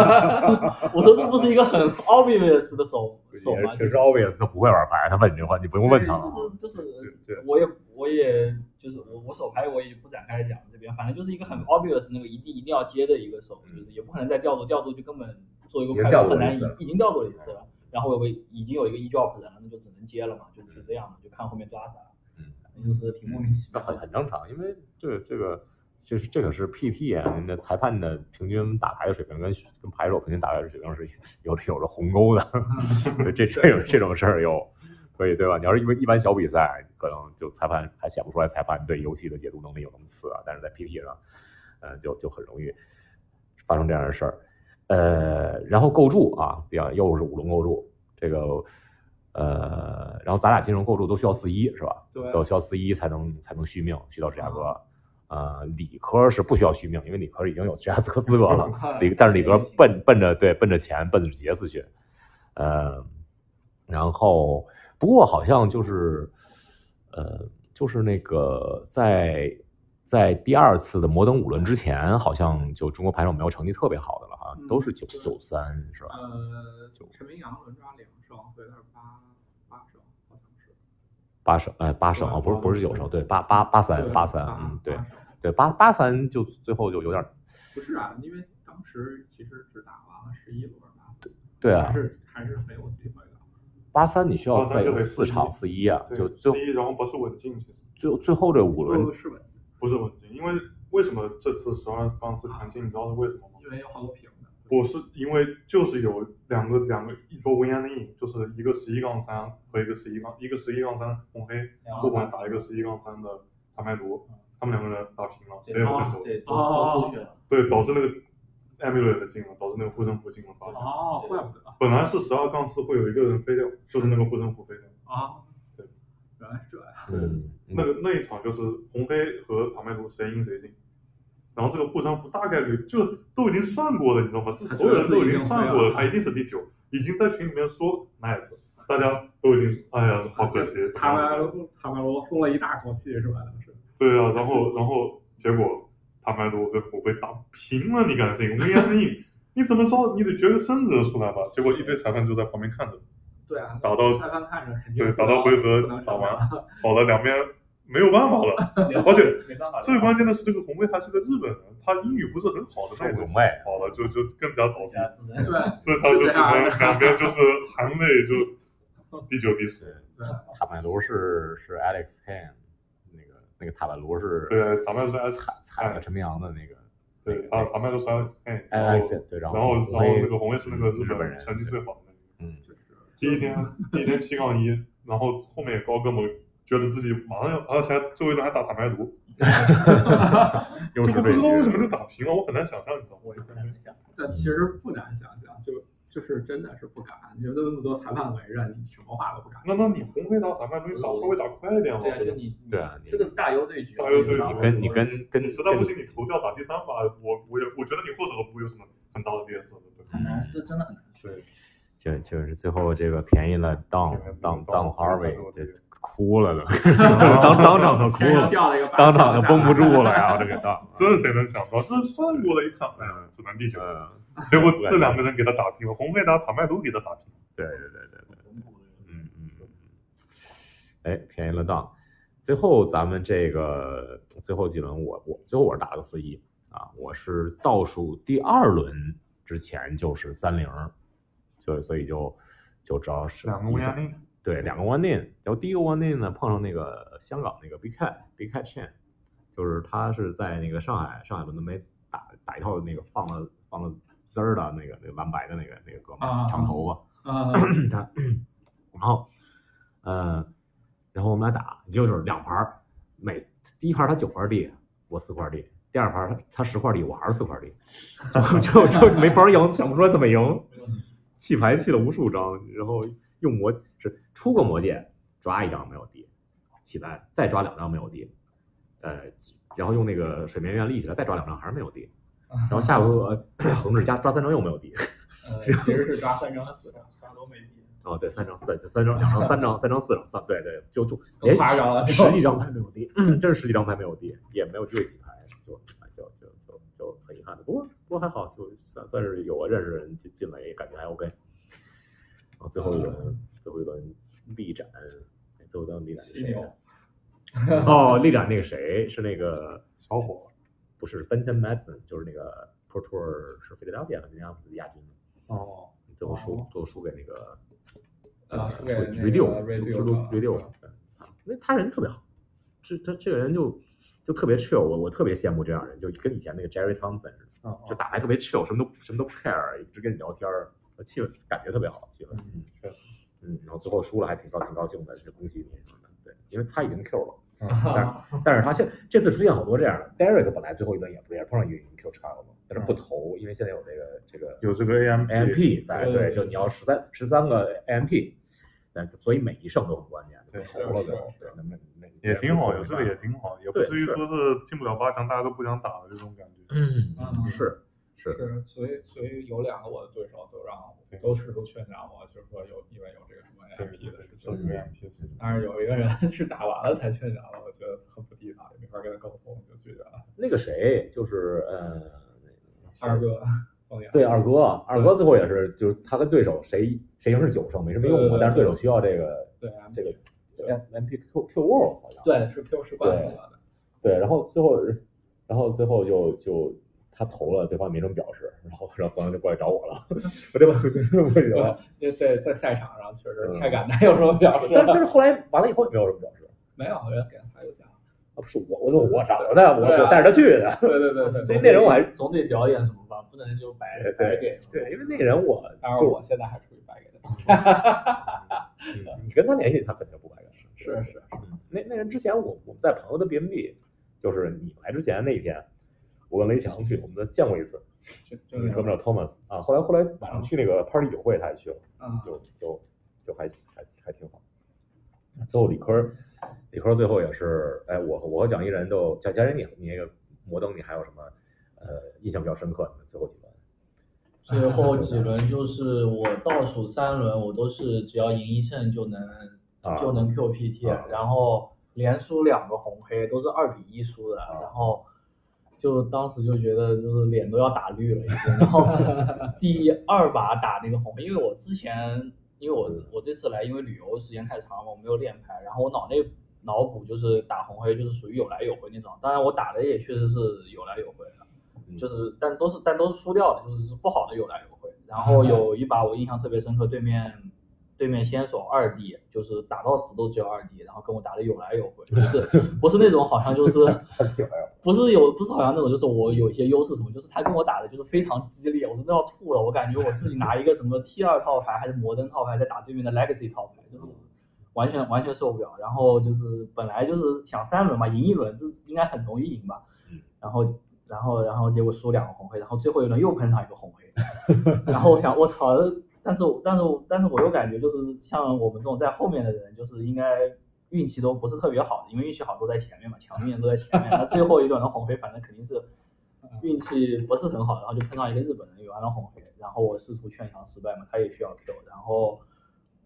Speaker 5: 我说这不是一个很 obvious 的手手吗？
Speaker 1: 确实 obvious 他不会玩牌，他问你这话你不用问他了啊。
Speaker 5: 就是就是
Speaker 2: 对对
Speaker 5: 我也我也就是我我手牌我也不展开讲这边，反正就是一个很 obvious 那个一定一定要接的一个手，就是也不可能再调度，调度就根本做一个
Speaker 6: 已经
Speaker 5: 快
Speaker 6: 调
Speaker 5: 速
Speaker 6: 度
Speaker 5: 很
Speaker 6: 过一
Speaker 5: 难
Speaker 6: 次了，
Speaker 5: 已经调度了一次了，然后我有个已经有一个 e drop 人了，那就只能接了嘛，就就这样嘛，就看后面抓啥，
Speaker 6: 嗯，
Speaker 5: 就是挺莫名其
Speaker 1: 那
Speaker 5: 妙
Speaker 1: 很
Speaker 5: 的。
Speaker 1: 很正常，因为这这个就是这个是 PT 啊，那裁判的平均打牌的水平跟跟牌手平均打牌的水平是有有着鸿沟的，
Speaker 5: 嗯
Speaker 1: 所以这这种这种事儿有，所以对吧？你要是一般一般小比赛，可能就裁判还显不出来裁判对游戏的解读能力有那么次啊，但是在 PT 上，呃，就就很容易发生这样的事儿。呃，然后构筑啊，对啊，又是五龙构筑，这个呃，然后咱俩金融构筑都需要四一是吧？
Speaker 4: 对
Speaker 1: 都需要四一才能才能续命，续到芝加哥。呃，理科是不需要续命，因为理科已经有芝加哥资格了。理， 但是理科奔奔着对奔着钱奔着杰斯去。呃，然后不过好像就是呃，就是那个在在第二次的摩登五轮之前，好像就中国牌手没有成绩特别好的了，好像
Speaker 4: 嗯
Speaker 1: 都是九
Speaker 4: 对
Speaker 1: 九三是吧？
Speaker 5: 嗯
Speaker 4: 呃，陈明阳轮抓两胜，所以他是八八胜，好像是。
Speaker 1: 八胜，哎，八胜啊，
Speaker 4: 对
Speaker 1: 不是不是
Speaker 4: 八
Speaker 1: 九胜，对，八八八三
Speaker 4: 对
Speaker 1: 八三，嗯，对对，八八三就最后就有点，
Speaker 4: 不是啊，因为当时其实只打完了十一轮吧，
Speaker 1: 对啊
Speaker 4: 还，是还是很有机会的。
Speaker 1: 八三你需要
Speaker 2: 83就
Speaker 1: 费
Speaker 2: 得
Speaker 1: 四场四一啊，
Speaker 2: 对
Speaker 1: 就最后
Speaker 2: 第一，然后不是稳进，其实
Speaker 1: 最后最后这五轮
Speaker 4: 不是稳，
Speaker 2: 不是稳进，因为为什么这次十二棒是强进，你知道是为什么吗？
Speaker 4: 因为有好多平的。
Speaker 2: 我是因为就是有两个两个一桌 win and in，就是一个十一杠三和一个十一杠一个十一杠三红黑
Speaker 5: 两个
Speaker 2: 不管打一个十一杠三的长白毒，他们两个人打平了，谁
Speaker 5: 对
Speaker 2: 也不
Speaker 5: 哦
Speaker 2: 胜
Speaker 5: 对，
Speaker 2: 走，
Speaker 5: 都都
Speaker 1: 哦
Speaker 5: 出去了，
Speaker 2: 对，导致那个 emulator 进了，导致那个护身符进了八强。
Speaker 4: 哦，怪不得
Speaker 2: 本来是十二杠四会有一个人飞掉，就是那个护身符飞掉。
Speaker 4: 啊
Speaker 2: 对，
Speaker 4: 原来是这样。
Speaker 1: 嗯，
Speaker 2: 那个那一场就是红黑和塔麦图谁赢谁进，然后这个护山湖大概率就都已经算过了，你知道吗？这
Speaker 4: 他
Speaker 2: 所有
Speaker 4: 觉得
Speaker 2: 人
Speaker 4: 自己
Speaker 2: 都已
Speaker 4: 一
Speaker 2: 经
Speaker 4: 定
Speaker 2: 算
Speaker 4: 会
Speaker 2: 过
Speaker 4: 了
Speaker 2: 了，他一定是第九，已经在群里面说 nice，大家都已经哎呀好可惜，怎
Speaker 4: 塔
Speaker 2: 么
Speaker 4: 梅
Speaker 2: 样
Speaker 4: 塔梅罗松了一大口气是吧？当时
Speaker 2: 对啊，然后然后结果他们罗跟湖被打平了，你敢信？无言令，你怎么着你得决个胜者出来吧？结果一堆裁判就在旁边看着，
Speaker 4: 对啊，
Speaker 2: 打到
Speaker 4: 裁判看着肯定
Speaker 2: 对，
Speaker 4: 不
Speaker 2: 打到
Speaker 4: 能
Speaker 2: 回
Speaker 4: 不
Speaker 2: 合
Speaker 4: 能
Speaker 2: 打
Speaker 4: 上
Speaker 2: 完
Speaker 4: 场，
Speaker 2: 好了，两边没有办法了。 而
Speaker 1: 哦
Speaker 2: 且
Speaker 5: 没办法，
Speaker 2: 最关键的是，这个红卫还是个日本人，他英语不是很好的那
Speaker 1: 这
Speaker 2: 种
Speaker 1: 种，妹，
Speaker 2: 好了就就更加倒
Speaker 5: 家
Speaker 2: 地，
Speaker 5: 只能
Speaker 4: 对
Speaker 2: 所以他就只
Speaker 4: 是这
Speaker 2: 能
Speaker 4: 样
Speaker 2: 两边就是含泪就第九第十。
Speaker 4: 对，
Speaker 1: 塔曼卢是是 Alex Kane，那个那个塔曼卢是
Speaker 2: 对，咱们是 S，
Speaker 1: 踩踩了陈明阳的那个
Speaker 2: 对，他咱们都是 S，哎，然后
Speaker 1: Alex，对，然
Speaker 2: 然
Speaker 1: 后
Speaker 2: 后然后那个红卫是那个
Speaker 1: 日
Speaker 2: 日本
Speaker 1: 人
Speaker 2: 人，成绩最好的那个。
Speaker 1: 嗯，
Speaker 2: 第一天第一天七杠一，然后后面高个某觉得自己马上要，而且还最后一轮还打坦白卢，
Speaker 6: 又
Speaker 2: 就是不知道
Speaker 6: 被
Speaker 2: 为什么就打平了，我很难想象，你知道吗？
Speaker 5: 我也不能 想，
Speaker 4: 但其实不难想象，就就是真的是不敢，你有那么多裁判围着你，什么话都不敢。
Speaker 2: 那那你红会打坦白卢，你打稍微打快一点嘛，
Speaker 5: 对啊，就
Speaker 2: 你
Speaker 5: 你
Speaker 1: 对啊你
Speaker 5: 这个大优对局，
Speaker 2: 大优对局
Speaker 1: 你跟你跟跟
Speaker 2: 实在不
Speaker 1: 跟
Speaker 2: 行你头教打第三把，我我也我觉得你后手不会有什么很大的劣势的，对吧
Speaker 5: 很难，这真的很难。
Speaker 2: 对，
Speaker 1: 就就是最后这个便宜了当当当 Harvey，这哭 了都，当当场都哭
Speaker 4: 天上
Speaker 1: 了，
Speaker 4: 掉了一个八
Speaker 1: 当
Speaker 4: 仙
Speaker 1: 场都
Speaker 4: 下来
Speaker 1: 绷不住 了呀，这个当。
Speaker 2: 这谁能想到？这算过了一看，哎呀，只能第九。
Speaker 1: 嗯，
Speaker 2: 结果这两个人给他打平了，红会打坦白卢给他打平了。
Speaker 1: 对对对对对，嗯嗯嗯，哎，便宜了当。最后咱们这个最后几轮我，我最后我是打的四一啊，我是倒数第二轮之前就是三零，就所以就就只要是
Speaker 2: 两个乌鸦令，
Speaker 1: 对，两个 one in，然后第一个 one in 呢碰上那个香港那个 big cat big cat chain，就是他是在那个上海上海轮子没打打一套那个放了放了滋儿的那个那个蓝白的那个那个哥们
Speaker 4: 啊啊
Speaker 1: 儿
Speaker 4: 啊
Speaker 1: 长头发，
Speaker 4: 啊，
Speaker 1: 他，然后，呃，然后我们俩打，就是两盘儿，每第一盘儿他九块地，我四块地，第二盘儿他他十块地，我二十四块地，就就就没法儿赢，想不出来怎么赢，弃牌弃了无数张，然后用魔是出个魔戒抓一张没有地，起来再抓两张没有地，呃，然后用那个水面愿力起来再抓两张还是没有地，然后下回合呃 横着加抓三张又没有地。
Speaker 5: 呃，其实是抓三张四张，啥都没比，
Speaker 1: 哦，对，三张、四张、三张、两张、三张、三张、四张、三，对对，就就
Speaker 5: 更夸张了
Speaker 1: 连
Speaker 5: 就
Speaker 1: 十几张牌没有地， 真是十几张牌没有地，也没有机会洗牌，就哎就就就就很遗憾的。不过不过还好，就算算是有个认识人进进来，也感觉还 OK。然后最后一
Speaker 5: 嗯
Speaker 1: 轮，最后一轮力展，哎最后一轮力展是
Speaker 5: 犀
Speaker 1: 谁
Speaker 5: 牛
Speaker 1: 呀？ 哦，力展那个谁是那个小伙，不是 Benton Madsen，就是那个 Pro Tour 是费德拉比亚跟人家亚军。
Speaker 2: 哦，
Speaker 1: 最后输，最后输给那个，呃，
Speaker 4: 啊输给那个
Speaker 1: r a d i o
Speaker 4: Radio 啊
Speaker 1: r a d i o 那他人特别好，这他这个人就就特别 chill，我我特别羡慕这样人，就跟以前那个 Jerry Thompson 似的，
Speaker 4: 哦
Speaker 1: 就打牌特别 chill，什么都什么都不 care，一直跟你聊天儿，呃气氛感觉特别好，气氛，
Speaker 2: 嗯，确实，
Speaker 1: 嗯，然后最后输了还挺高挺高兴的，就恭喜你什么的，对，因为他已经 Q 了。
Speaker 2: 嗯
Speaker 1: 但
Speaker 4: 嗯
Speaker 1: 是 但是他现这次出现好多这样的，Derek 本来最后一轮也不是也碰上一个 Q 叉了嘛，但
Speaker 4: 嗯
Speaker 1: 是不投，因为现在有这个这个
Speaker 2: 有这个 AMP
Speaker 1: AMP 在
Speaker 5: 对
Speaker 1: 对，就你要十三十三个 AMP，那所以每一胜都很关键，
Speaker 2: 对
Speaker 1: 投了
Speaker 4: 是
Speaker 1: 对
Speaker 4: 是，
Speaker 1: 那么那
Speaker 2: 也挺好，有这个也
Speaker 1: 挺，
Speaker 2: 挺好，也不
Speaker 1: 对
Speaker 2: 至于
Speaker 1: 是
Speaker 2: 说是进不了八强，大家都不想打的这种感觉。
Speaker 1: 嗯
Speaker 4: 嗯
Speaker 1: 是是，
Speaker 4: 是，所以所以有两个我的对手都让我
Speaker 2: 对
Speaker 4: 都试图劝降我，就是说有因为有这个什么 MP 的事
Speaker 2: 受
Speaker 4: 情。
Speaker 2: 于 MP 的事情。
Speaker 4: 但是有一个人是打完了才劝降了，我觉得很不地道，也没法跟他沟通，就拒绝了。
Speaker 1: 那个谁就是呃，
Speaker 4: 二哥，冯阳，
Speaker 1: 对二哥，二哥最后也是就是他跟对手谁谁赢是九胜没什么用嘛，
Speaker 4: 对对对
Speaker 1: 但是对手需要这个
Speaker 4: 对
Speaker 1: 这个
Speaker 4: 对
Speaker 1: M P Q Q World 好像
Speaker 4: 对是 Q 十冠死了的，
Speaker 1: 对，然后最后，然后最后就就他投了，对方没什么表示，然后然后朋友就过来找我了， 我对吧？我就我就
Speaker 4: 对这在在赛场上确实太敢太有什么表示
Speaker 1: 但但
Speaker 4: 了，
Speaker 1: 是 后来完了以后也没有什么表示，
Speaker 4: 没有人给他有奖。
Speaker 1: 啊不是我，我说我找的，我
Speaker 4: 对啊
Speaker 1: 我带着他去的，
Speaker 4: 对对对对
Speaker 1: 所以那人我还
Speaker 5: 总得聊点什么吧，不能就白
Speaker 1: 对
Speaker 5: 白给了。
Speaker 1: 对，因为那个人我
Speaker 4: 当然
Speaker 1: 就
Speaker 4: 我现在还处于白给的状态。
Speaker 1: 嗯你跟他联系，他肯定不来的。
Speaker 4: 是是是，
Speaker 1: 嗯那那人之前我我们在朋友的 B M B，就是你来之前那一天，我跟雷强去，我们见过一次，
Speaker 4: 就就
Speaker 1: 你
Speaker 4: 那
Speaker 1: 哥
Speaker 4: 种
Speaker 1: 们叫 Thomas 啊，后来后来晚上去那个 party 酒会他也去了。
Speaker 4: 嗯，
Speaker 1: 就就就还还还挺好。最后理科儿，理科儿最后也是，哎，我和我和蒋一人都蒋蒋一人你你那个摩登你还有什么呃印象比较深刻？你们最后几轮？
Speaker 5: 最后几轮就是我倒数三轮，我都是只要赢一胜就能、
Speaker 1: 啊
Speaker 5: 就能 QPT，、
Speaker 1: 啊
Speaker 5: 然后连输两个红黑，都是二比一输
Speaker 1: 啊
Speaker 5: 的，然后就当时就觉得就是脸都要打绿了已经。然后第二把打那个红黑，因为我之前因为我
Speaker 1: 嗯
Speaker 5: 我这次来因为旅游时间太长了，我没有练牌，然后我脑内脑补就是打红黑就是属于有来有回那种，当然我打的也确实是有来有回的。
Speaker 1: 嗯
Speaker 5: 就是但都是但都是输掉的，就是是不好的有来有回。然后有一把我印象特别深刻，对面对面先手二 D，就是打到死都只有二 D，然后跟我打的有来有回，就是不是那种好像就是 不是有不是好像那种就是我有一些优势什么，就是他跟我打的就是非常激烈，我真的要吐了，我感觉我自己拿一个什么 T 二套牌还是摩登套牌在打对面的 Legacy 套牌，就是。完全完全受不了，然后就是本来就是想三轮嘛，赢一轮这应该很容易赢吧，然后然后然后结果输两个红黑，然后最后一轮又碰上一个红黑，然后我想我操，但是我但是我但是我又感觉就是像我们这种在后面的人，就是应该运气都不是特别好的，因为运气好都在前面嘛，强命都在前面，那最后一轮的红黑反正肯定是运气不是很好，然后就碰上一个日本人玩了红黑，然后我试图劝降失败嘛，他也需要 Q，然后。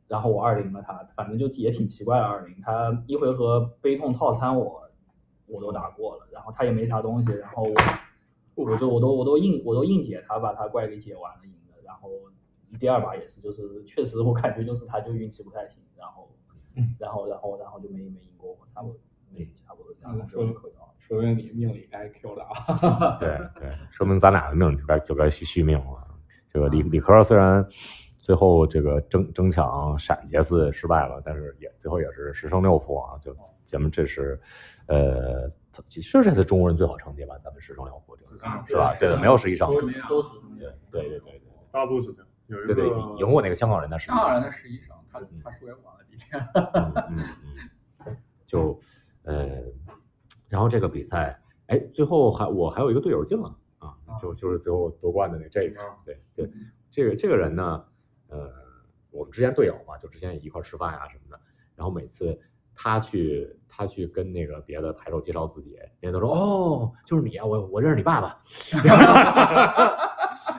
Speaker 5: 然后我二零了他，反正就也挺奇怪的二零，他一回合悲痛套餐我我都打过了，然后他也没啥东西，然后我我就我都我都硬我都硬解他，把他怪给解完了赢了，然后第二把也是就是确实我感觉就是他就运气不太行，然后然后然后然后就没没赢过我，差不多没差不多这样，就扣掉了。
Speaker 4: 说明你命里该 Q 的啊。
Speaker 1: 对对，说明咱俩的命就该就该续续命了。这个理
Speaker 5: 嗯
Speaker 1: 理科虽然最后这个争争抢闪杰斯失败了，但是也最后也是十胜六负啊。
Speaker 5: 哦
Speaker 1: 就咱们这是呃，其实这次中国人最好成绩吧，咱们十胜六负这个
Speaker 4: 啊
Speaker 1: 嗯是吧？对的，没有啊十一胜。
Speaker 5: 都
Speaker 1: 对
Speaker 5: 都是
Speaker 1: 对对对
Speaker 2: 大陆是这样，有一
Speaker 1: 对
Speaker 2: 个
Speaker 1: 对，赢过那个香港人的十一
Speaker 4: 上海人的十一胜，他他输给我了，第一天。
Speaker 1: 嗯嗯，嗯，就呃，然后这个比赛，哎，最后还我还有一个队友进了啊，就就是最后夺冠的那这个，对对，这个这个人呢，呃，我们之前队友嘛，就之前一块儿吃饭呀、啊什么的，然后每次。他去，他去跟那个别的牌手介绍自己，人家都说哦，就是你啊，我我认识你爸爸。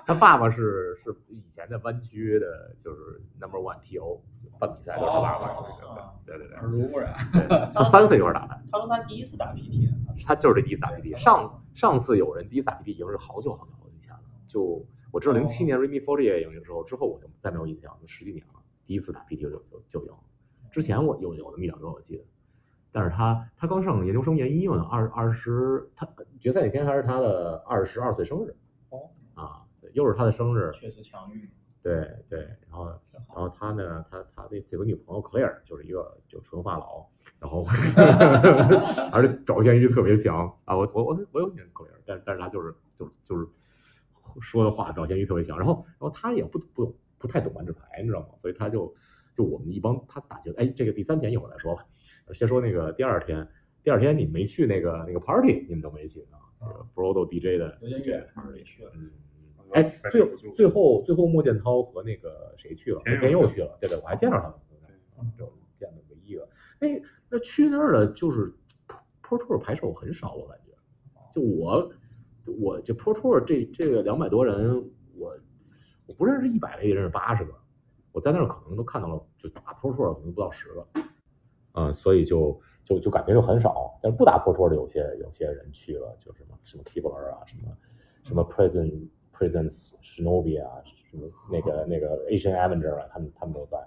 Speaker 1: 他爸爸是是以前在湾区的，就是 number one TO 办比赛都是他爸爸搞的对对对。
Speaker 4: 耳濡目染，
Speaker 1: 他三岁就是打的，
Speaker 5: 他说他第一次打 PT，
Speaker 1: 他就是这第一次打 BD。上上次有人第一次打 BD 赢是好久好久好久以前了，就我
Speaker 5: 哦
Speaker 1: 知道零七年 Remy f o r t i 赢的时候，之后我就再没有印象，就十几年了。第一次打 BD 就就就赢，之前我有有那么一两轮我记得，但是他他刚上研究生研一嘛，二二十他决赛那天还是他的二十二岁生日，
Speaker 5: 哦
Speaker 1: 啊，对又是他的生日，
Speaker 5: 确实强运。
Speaker 1: 对对，然后然后他呢，他他那有个女朋友 Claire 就是一个就纯话痨，然后 而且表现欲特别强啊，我我我我有喜欢 Claire，但但是他就是就是就是说的话表现欲特别强，然后然后他也不不不太懂玩纸牌，你知道吗？所以他就就我们一帮他打觉得，哎，这个第三天一会儿再说吧，先说那个第二天，第二天你没去那个那个 party，你们都没去啊，这个 Frodo DJ 的
Speaker 5: 有点远，没去了。
Speaker 1: 嗯，哎，最
Speaker 2: 百度
Speaker 1: 最后最后莫建涛和那个谁去了？
Speaker 2: 田佑
Speaker 1: 田佑去了，对对，我还见着他们，嗯就见的唯一一个。那那去那儿的，就是坡托尔牌手很少，我感觉。就我我这坡托尔这这个两百多人，我我不认识一百个，也认识八十个。我在那儿可能都看到了，就打坡托尔可能不到十个。嗯，所以就就就感觉就很少。但是不打破桌的有些有些人去了，就什么什么 Kibler 啊，什么什么 Prison Prison Shinobi 啊，什么那个那个 Asian Avenger 啊，他们他们都在。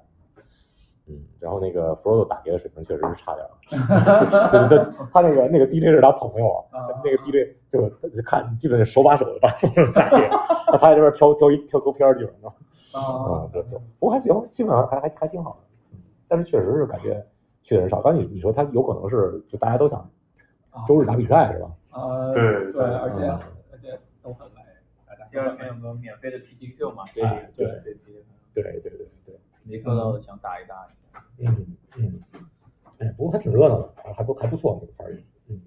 Speaker 1: 嗯，然后那个 Frodo 打碟的水平确实是差点儿， 对对对，他那个那个 DJ 是他朋友啊，那个 DJ 就就看基本手把手的把打碟，他在这边挑挑一挑图片儿去了，你知道吗
Speaker 5: 啊，
Speaker 1: 嗯，对对，不过还行，基本上还还还挺好的，嗯但是确实是感觉去的人少。刚才你你说他有可能是就大家都想
Speaker 4: 哦
Speaker 1: 周日打比赛是吧？
Speaker 4: 呃，
Speaker 2: 对
Speaker 4: 对，
Speaker 2: 对
Speaker 4: 而且
Speaker 1: 嗯
Speaker 4: 而且都很累，大家
Speaker 5: 第二天有个免费的 PT Q 嘛，所以
Speaker 1: 哎对
Speaker 5: 对对，
Speaker 1: 对对对对，
Speaker 5: 没看到想打一打。
Speaker 1: 嗯嗯，哎，不过还挺热闹的，还还不还不错那个 party。嗯，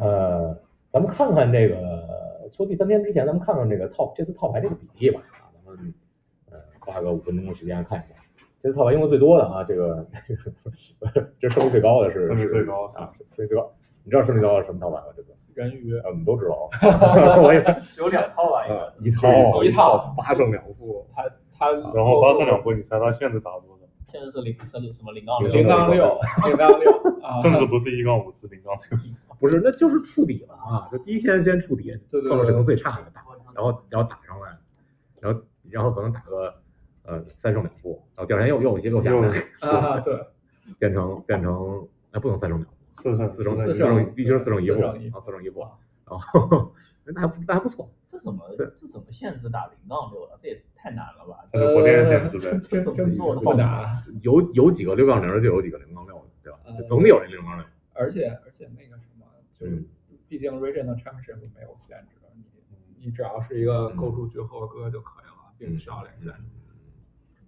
Speaker 1: 呃，咱们看看这个，说第三天之前，咱们看看这个套这次套牌这个比例吧，啊，咱们呃花个五分钟的时间看一下。这次套牌用的最多的啊，这个 这胜率最高的是
Speaker 2: 胜率
Speaker 1: 是
Speaker 2: 最高
Speaker 1: 啊，胜率最高。你知道胜率最高是什么套牌吗？这次
Speaker 4: 人鱼，
Speaker 1: 我们都知道啊， 我也
Speaker 4: 有两套吧，应该
Speaker 1: 啊一套
Speaker 4: 一套
Speaker 1: 八胜两负，
Speaker 4: 他他
Speaker 2: 然后八胜两负，你猜他现在打多少？
Speaker 5: 现在是零是什么零杠
Speaker 1: 六
Speaker 5: 六？
Speaker 4: 零杠六，零杠六
Speaker 1: 哦
Speaker 4: 啊，
Speaker 2: 甚至不是一杠五，是零杠六。
Speaker 1: 不是，那就是触底了啊！就第一天先触底，
Speaker 4: 对对对
Speaker 1: 碰到谁能最差的打，然后然后打上来，然后然后可能打个呃三胜两负，然后第二天又又又下来，
Speaker 4: 啊，对，
Speaker 1: 变成变成那不能三胜两负，
Speaker 2: 四胜
Speaker 1: 四胜
Speaker 2: 四
Speaker 1: 四
Speaker 4: 胜
Speaker 1: 胜必须是四胜一负
Speaker 4: 四胜一负
Speaker 1: 啊，四胜一负，然后那还不那还不错，
Speaker 5: 这怎么
Speaker 1: 是
Speaker 5: 这怎么限制打零杠六了？这也太难了吧！
Speaker 2: 那就火箭先是呗
Speaker 4: 呃这这
Speaker 5: 做的
Speaker 4: 不难，
Speaker 1: 有有几个六杠零就有几个零杠六的，对吧？就总得有一零杠六，
Speaker 4: 而且而且那个什么，就是
Speaker 1: 嗯
Speaker 4: 毕竟 region 的 championship 没有限制，你你只要是一个构筑局后哥就可以了，并不需要连线。
Speaker 1: 嗯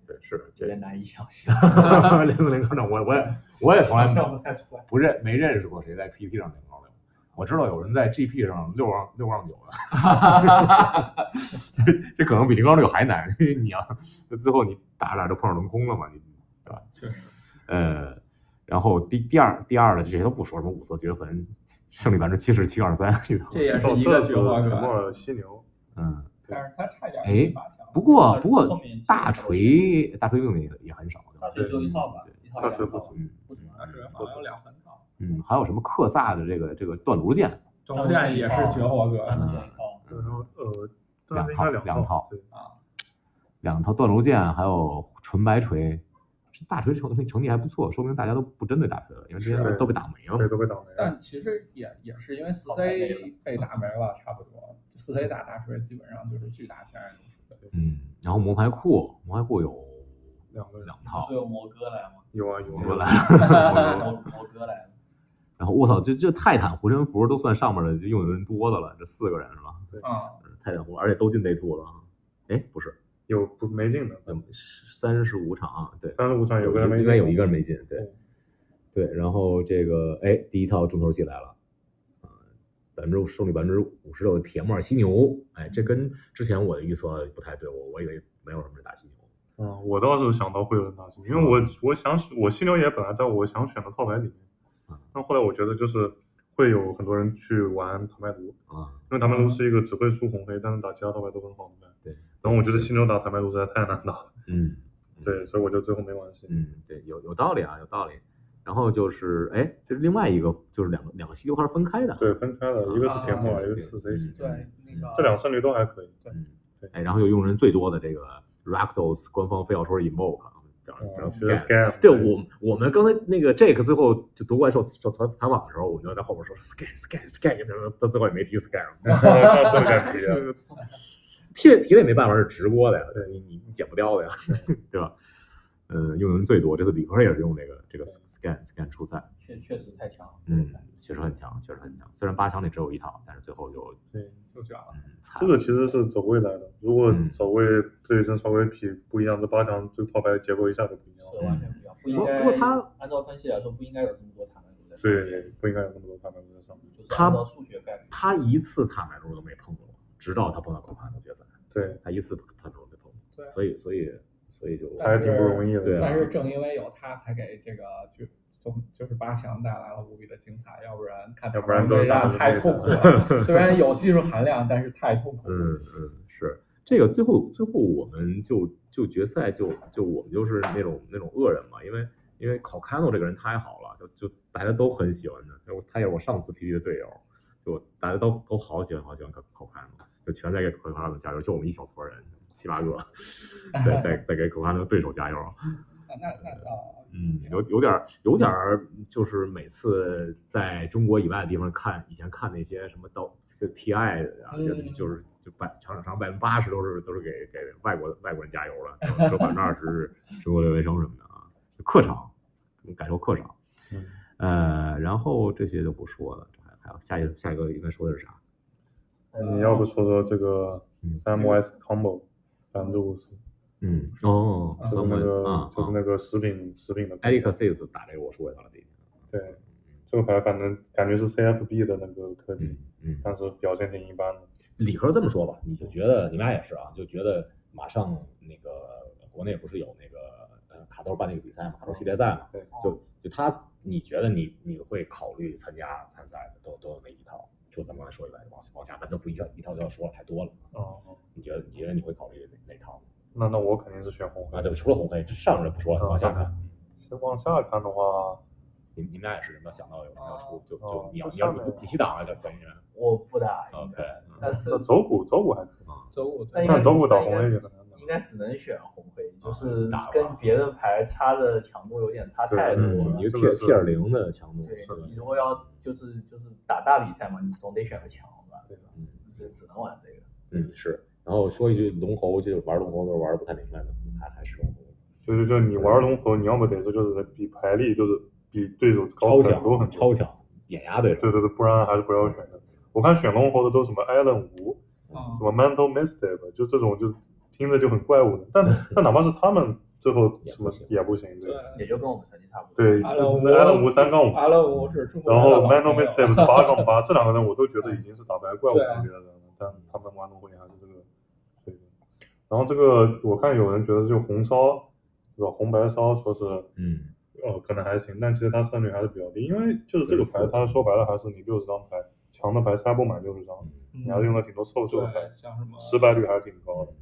Speaker 1: 对，是
Speaker 5: 有
Speaker 1: 这
Speaker 5: 点难以想象。
Speaker 1: 零杠零杠六，我我也我也从 来没有
Speaker 4: 不太出来，
Speaker 1: 不认没认识过谁在 PT 上零杠六，我知道有人在 GP 上六杠六杠九的， 这这可能比零杠六还难，因为你要那最后你打着打着碰上轮空了嘛，你对吧？
Speaker 4: 确实，
Speaker 1: 呃，然后第第二第二的这些都不说什么五色绝坟，胜率百分之七十七杠三，你知道吗
Speaker 4: 这也是
Speaker 2: 到
Speaker 4: 一个
Speaker 2: 这
Speaker 4: 局
Speaker 2: 次
Speaker 4: 后
Speaker 2: 沉默
Speaker 4: 哥，
Speaker 2: 了犀牛，
Speaker 1: 嗯，
Speaker 4: 但是他差点
Speaker 1: 哎
Speaker 4: 一把枪。
Speaker 1: 不过不
Speaker 5: 后
Speaker 1: 过
Speaker 5: 面
Speaker 1: 大锤大锤用的也也很少，对吧
Speaker 5: 大锤就一套吧，一套
Speaker 2: 大锤
Speaker 5: 两
Speaker 2: 不
Speaker 5: 套
Speaker 2: 足。
Speaker 1: 嗯
Speaker 5: 不怎么
Speaker 4: 大锤好像有两分套，
Speaker 1: 嗯，还有什么克萨的这个这个断炉剑，
Speaker 4: 中线也是绝活哥
Speaker 5: 单
Speaker 1: 嗯
Speaker 5: 独一套。
Speaker 2: 然后呃，
Speaker 1: 两
Speaker 2: 但是应该
Speaker 1: 套两
Speaker 2: 两
Speaker 1: 套
Speaker 2: 对，
Speaker 4: 啊，
Speaker 1: 两套断炉剑，还有纯白锤。这大锤成成绩还不错，说明大家都不针对大锤了，因为之前
Speaker 2: 是
Speaker 1: 都被打没了嘛
Speaker 2: 对，。都被倒霉了。
Speaker 4: 但其实也也是因为四
Speaker 5: 好吧那
Speaker 4: C 被打没了，差不多四 C 打大锤基本上就是巨大天然优势。
Speaker 1: 嗯，然后魔牌库，魔牌库有
Speaker 2: 两个人
Speaker 1: 两套
Speaker 5: 会，有魔哥来吗？
Speaker 2: 有啊有啊，
Speaker 1: 我来。
Speaker 5: 魔魔哥来吗？
Speaker 1: 然后我操，这这泰坦护身符都算上面的就用的人多的了，这四个人是吧？
Speaker 4: 啊，
Speaker 1: 泰坦护，而且都进内兔了啊。哎，不是，
Speaker 2: 有不没进的，
Speaker 1: 三十五场，啊对，
Speaker 2: 三十五场有个人没进，
Speaker 1: 应该嗯有一个人没进，对
Speaker 2: 嗯，
Speaker 1: 对。然后这个哎，第一套重头戏来了，呃百分之胜率百分之五十六的铁木尔犀牛，哎，这跟之前我的预测不太对，我我以为没有什么人打犀牛，
Speaker 2: 嗯，我倒是想到会有人打进，因为我我想我犀牛也本来在我想选的套牌里
Speaker 1: 嗯
Speaker 2: 面，但后来我觉得就是会有很多人去玩塔麦卢，
Speaker 1: 啊，
Speaker 2: 因为塔麦卢是一个只会输红黑，但是打其他套牌都很好的牌。
Speaker 1: 对。
Speaker 2: 然后我觉得犀牛打塔麦卢实在太难打了，
Speaker 1: 嗯，
Speaker 2: 对，所以我就最后没玩犀牛。
Speaker 1: 嗯，对，有有道理啊，有道理。然后就是，哎，这是另外一个，就是两个两个犀牛还是分开的，
Speaker 2: 对，分开了，一个是铁木尔，一个是
Speaker 1: 嗯
Speaker 2: C 型，
Speaker 3: 对，那个
Speaker 2: 嗯这两胜率都还可以。对，
Speaker 1: 嗯
Speaker 2: 对，
Speaker 1: 哎，然后又用人最多的这个 Rakdos，官方非要说是 Invoke，这样啊
Speaker 2: 嗯
Speaker 1: 这样
Speaker 2: 学
Speaker 1: scam
Speaker 2: scam，
Speaker 1: 对我，我们刚才那个 Jake 最后就夺冠受受采采访的时候，我就在后边说 Sky Sky Sky，他最后也没提 Sky，
Speaker 2: 嗯 那不敢提啊。
Speaker 1: 提了提了也没办法，是直播的呀，你你你剪不掉的呀， 对吧？嗯，用的人最多，这次理科也是用这个这个 Scan Scan 出赛，
Speaker 5: 确确实太强了。
Speaker 1: 嗯，确实很强，确实很强。虽然八强里只有一套，但是最后就
Speaker 2: 对，
Speaker 4: 就这样了。
Speaker 1: 嗯，惨
Speaker 2: 这个其实是走位来的，如果
Speaker 1: 嗯
Speaker 2: 走位对阵稍微匹不一样，这八强这套牌结构一下就不一样了。
Speaker 5: 对，完全不一样。不应
Speaker 1: 不
Speaker 5: 该
Speaker 1: 不过他
Speaker 5: 按照分析来说，不应该有这么多塔门在上面，
Speaker 2: 对，不应该有那么多卡牌在上面。
Speaker 5: 就是按照数学概率。
Speaker 1: 他一次塔买入都没碰过，直到他碰到孔帕的决赛，
Speaker 2: 对，
Speaker 1: 他一次塔买入都没碰
Speaker 4: 对
Speaker 1: 过，所以所以所以就
Speaker 2: 还挺不容易的。
Speaker 1: 对啊
Speaker 4: 但是正因为有他，才给这个就总就是八强带来了无比的精彩，要不然看
Speaker 2: 要不然都
Speaker 4: 对
Speaker 2: 是大
Speaker 4: 战
Speaker 2: 部队
Speaker 4: 太痛苦了。虽然有技术含量，但是太痛苦了。
Speaker 1: 嗯嗯，是这个最后最后我们就就决赛就就我们就是那种那种恶人嘛，因为因为考卡诺这个人太好了，就就大家都很喜欢他，就他也是我上次 PT 的队友，就大家都都好喜欢好喜欢考考卡诺，就全在给考卡诺加油，就我们一小撮人七八 个，在在在给考卡诺对手加油，
Speaker 4: 啊那那啊，
Speaker 1: 嗯，有有点儿有点儿，就是每次在中国以外的地方看，以前看那些什么到这个 TI 啊，
Speaker 4: 嗯
Speaker 1: 就是就是就百场场百分之八十都是都是给给外国外国人加油了，只有只有百分之二十 是中国留学生什么的啊，就客场感受客场，
Speaker 2: 嗯
Speaker 1: 呃，然后这些就不说了，这还还有下一个下一个应该说的是啥？
Speaker 2: 你要不说说这个
Speaker 1: 嗯
Speaker 2: Sam Wise Combo 百分之五十，
Speaker 1: 嗯，哦，
Speaker 4: 啊
Speaker 2: 就是那
Speaker 1: 啊
Speaker 2: 个，就是
Speaker 1: 啊
Speaker 2: 那个食品食品的
Speaker 1: e r i c Sis 打这个我说一下了，第一，
Speaker 2: 对，这个牌反正感觉是 CFB 的那个科技
Speaker 1: 嗯，嗯，
Speaker 2: 但是表现挺一般的。
Speaker 1: 理科这么说吧，你就觉得你们俩也是啊，就觉得马上那个国内不是有那个呃卡豆办那个比赛嘛，卡豆系列赛嘛，
Speaker 2: 对，
Speaker 1: 就就他，你觉得你你会考虑参加参赛的都都有哪一套？就咱们刚才说的，往往下咱就不一条一条一条说了，太多了。
Speaker 2: 哦，
Speaker 1: 你觉得你觉得你会考虑哪哪套？
Speaker 2: 那那我肯定是选红黑
Speaker 1: 啊，。对，除了红黑，这上轮不说了，往下
Speaker 2: 嗯
Speaker 1: 看。嗯
Speaker 2: 其实往下看的话，
Speaker 1: 你你们俩也是没有想到有人要出，就
Speaker 2: 哦
Speaker 1: 就你要
Speaker 2: 就
Speaker 1: 你要
Speaker 2: 上面嗯
Speaker 1: 你去打了，小小女人。
Speaker 5: 我不打应
Speaker 1: OK，嗯
Speaker 5: 该，但是
Speaker 2: 那走骨走骨还可以，
Speaker 4: 周五
Speaker 5: 那应该
Speaker 2: 但
Speaker 5: 是
Speaker 2: 走骨打红黑也很难
Speaker 5: 应该只能选红黑，就
Speaker 1: 啊
Speaker 5: 是
Speaker 1: 打吧
Speaker 5: 跟别的牌差的强度有点差太多
Speaker 2: 对
Speaker 5: 了。
Speaker 1: 你
Speaker 2: 嗯
Speaker 1: 就
Speaker 2: 这
Speaker 1: P
Speaker 2: 个是
Speaker 1: P 二零的强度，
Speaker 5: 对
Speaker 1: 是吧
Speaker 5: 你如果要就是就是打大比赛嘛，你总得选个强吧，对吧？啊
Speaker 1: 嗯
Speaker 5: 就只能玩这个。
Speaker 1: 嗯是。然后说一句龙猴，就是玩龙猴都玩不太明白的，还还是龙猴。
Speaker 2: 就是就是你玩龙头，你要么得是就是比牌力就是比对手高
Speaker 1: 超
Speaker 2: 很多很
Speaker 1: 强，
Speaker 2: 多
Speaker 1: 超，强，碾压对手。
Speaker 2: 对对对，不然还是不要选的。我看选龙头的都什么 Allen 五，
Speaker 4: 啊
Speaker 2: 什么 Mental Misstep，就这种就听着就很怪物的，但 但哪怕是他们最后什么也不行，对
Speaker 5: 也就跟我们成绩差不多。
Speaker 2: 对，
Speaker 4: 阿
Speaker 2: 就
Speaker 4: 勒
Speaker 2: 是
Speaker 4: 五
Speaker 2: 那 Allen 五三杠五，
Speaker 4: 阿乐五是中国
Speaker 2: 然
Speaker 4: 人的
Speaker 2: 后
Speaker 4: 老
Speaker 2: Mental
Speaker 4: 朋友嗯
Speaker 2: Misstep 是 八杠八，这两个人我都觉得已经是打败怪物
Speaker 4: 啊对啊
Speaker 2: 级别的人了，但他们玩龙会还是这个水平。然后这个我看有人觉得就红烧，对吧？红白烧说是
Speaker 1: 嗯，
Speaker 2: 呃可能还行，但其实它胜率还是比较低，因为就是这个牌
Speaker 1: 对是，
Speaker 2: 它说白了还是你六十张牌，强的牌塞不满六十张，
Speaker 4: 嗯
Speaker 2: 你还是用了挺多凑数的牌，
Speaker 4: 对，像什么啊
Speaker 2: 失败率还是挺高的。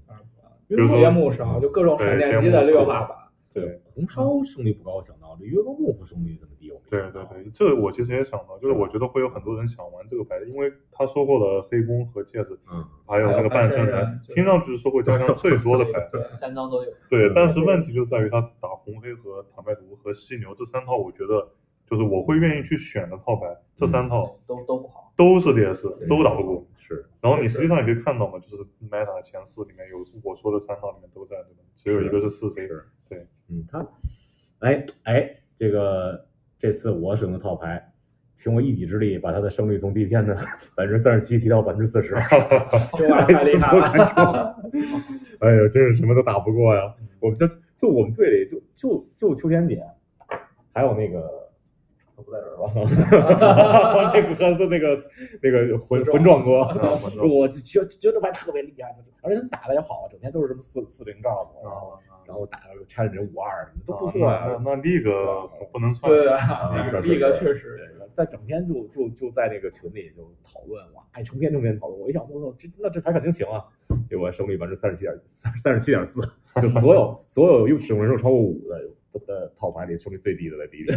Speaker 2: 比如
Speaker 4: 云
Speaker 2: 说
Speaker 4: 节目上就各种闪电机的
Speaker 2: 对
Speaker 4: 六化版，
Speaker 2: 对
Speaker 1: 红烧胜率不高，我想到这约克幕府胜率这么低，我没
Speaker 2: 对
Speaker 1: 想
Speaker 2: 对
Speaker 1: 到。
Speaker 2: 对，这个我其实也想到，就是我觉得会有很多人想玩这个牌，因为它收获了黑工和戒指，
Speaker 1: 嗯，
Speaker 2: 还有那个半身
Speaker 4: 还有半
Speaker 2: 人
Speaker 4: 身，人
Speaker 2: 听上去是收获加强最多的牌。
Speaker 4: 对，
Speaker 5: 三张都有。
Speaker 2: 对，但是问题就在于他打红黑和坦白毒和犀牛这三套，我觉得就是我会愿意去选的套牌，这三套
Speaker 5: 都都 不好。
Speaker 2: 都是劣势，都打不过。
Speaker 1: 是
Speaker 2: 然后你实际上也可以看到嘛，就是 Meta 前四里面有我说的三套里面都在，对吧？只有一个是四 C，
Speaker 1: 是，
Speaker 2: 对，
Speaker 1: 嗯，他，哎哎，这个这次我使用的套牌，凭我一己之力把他的胜率从第一天的百分之三十七提到百分之四十，
Speaker 4: 中
Speaker 1: 啊
Speaker 4: 国人太厉害了，
Speaker 1: 哎呦，真是什么都打不过呀！我们就就我们队里就就就秋天姐，还有那个他不在这儿吧？ 那个和那个那个魂魂壮哥， 我就觉觉得这牌特别厉害，而且他们打的也好，整天都是什么四四零罩子，然
Speaker 4: 啊
Speaker 1: 后然后打拆人五二什么都不错呀、
Speaker 2: 啊那那那个不能算，
Speaker 4: 对啊，
Speaker 1: 啊
Speaker 4: 那
Speaker 1: 是
Speaker 4: 个
Speaker 1: 是
Speaker 4: 力哥
Speaker 1: 是
Speaker 4: 确实，
Speaker 1: 但整天就就就在那个群里就讨论，哇，哎，成天成天讨论。我一想，我操，这那这牌肯定行啊！结果胜率百分之三十七点三三十七点四，就所有所有用使用人数超过五的的套牌里胜率最低的在第一名，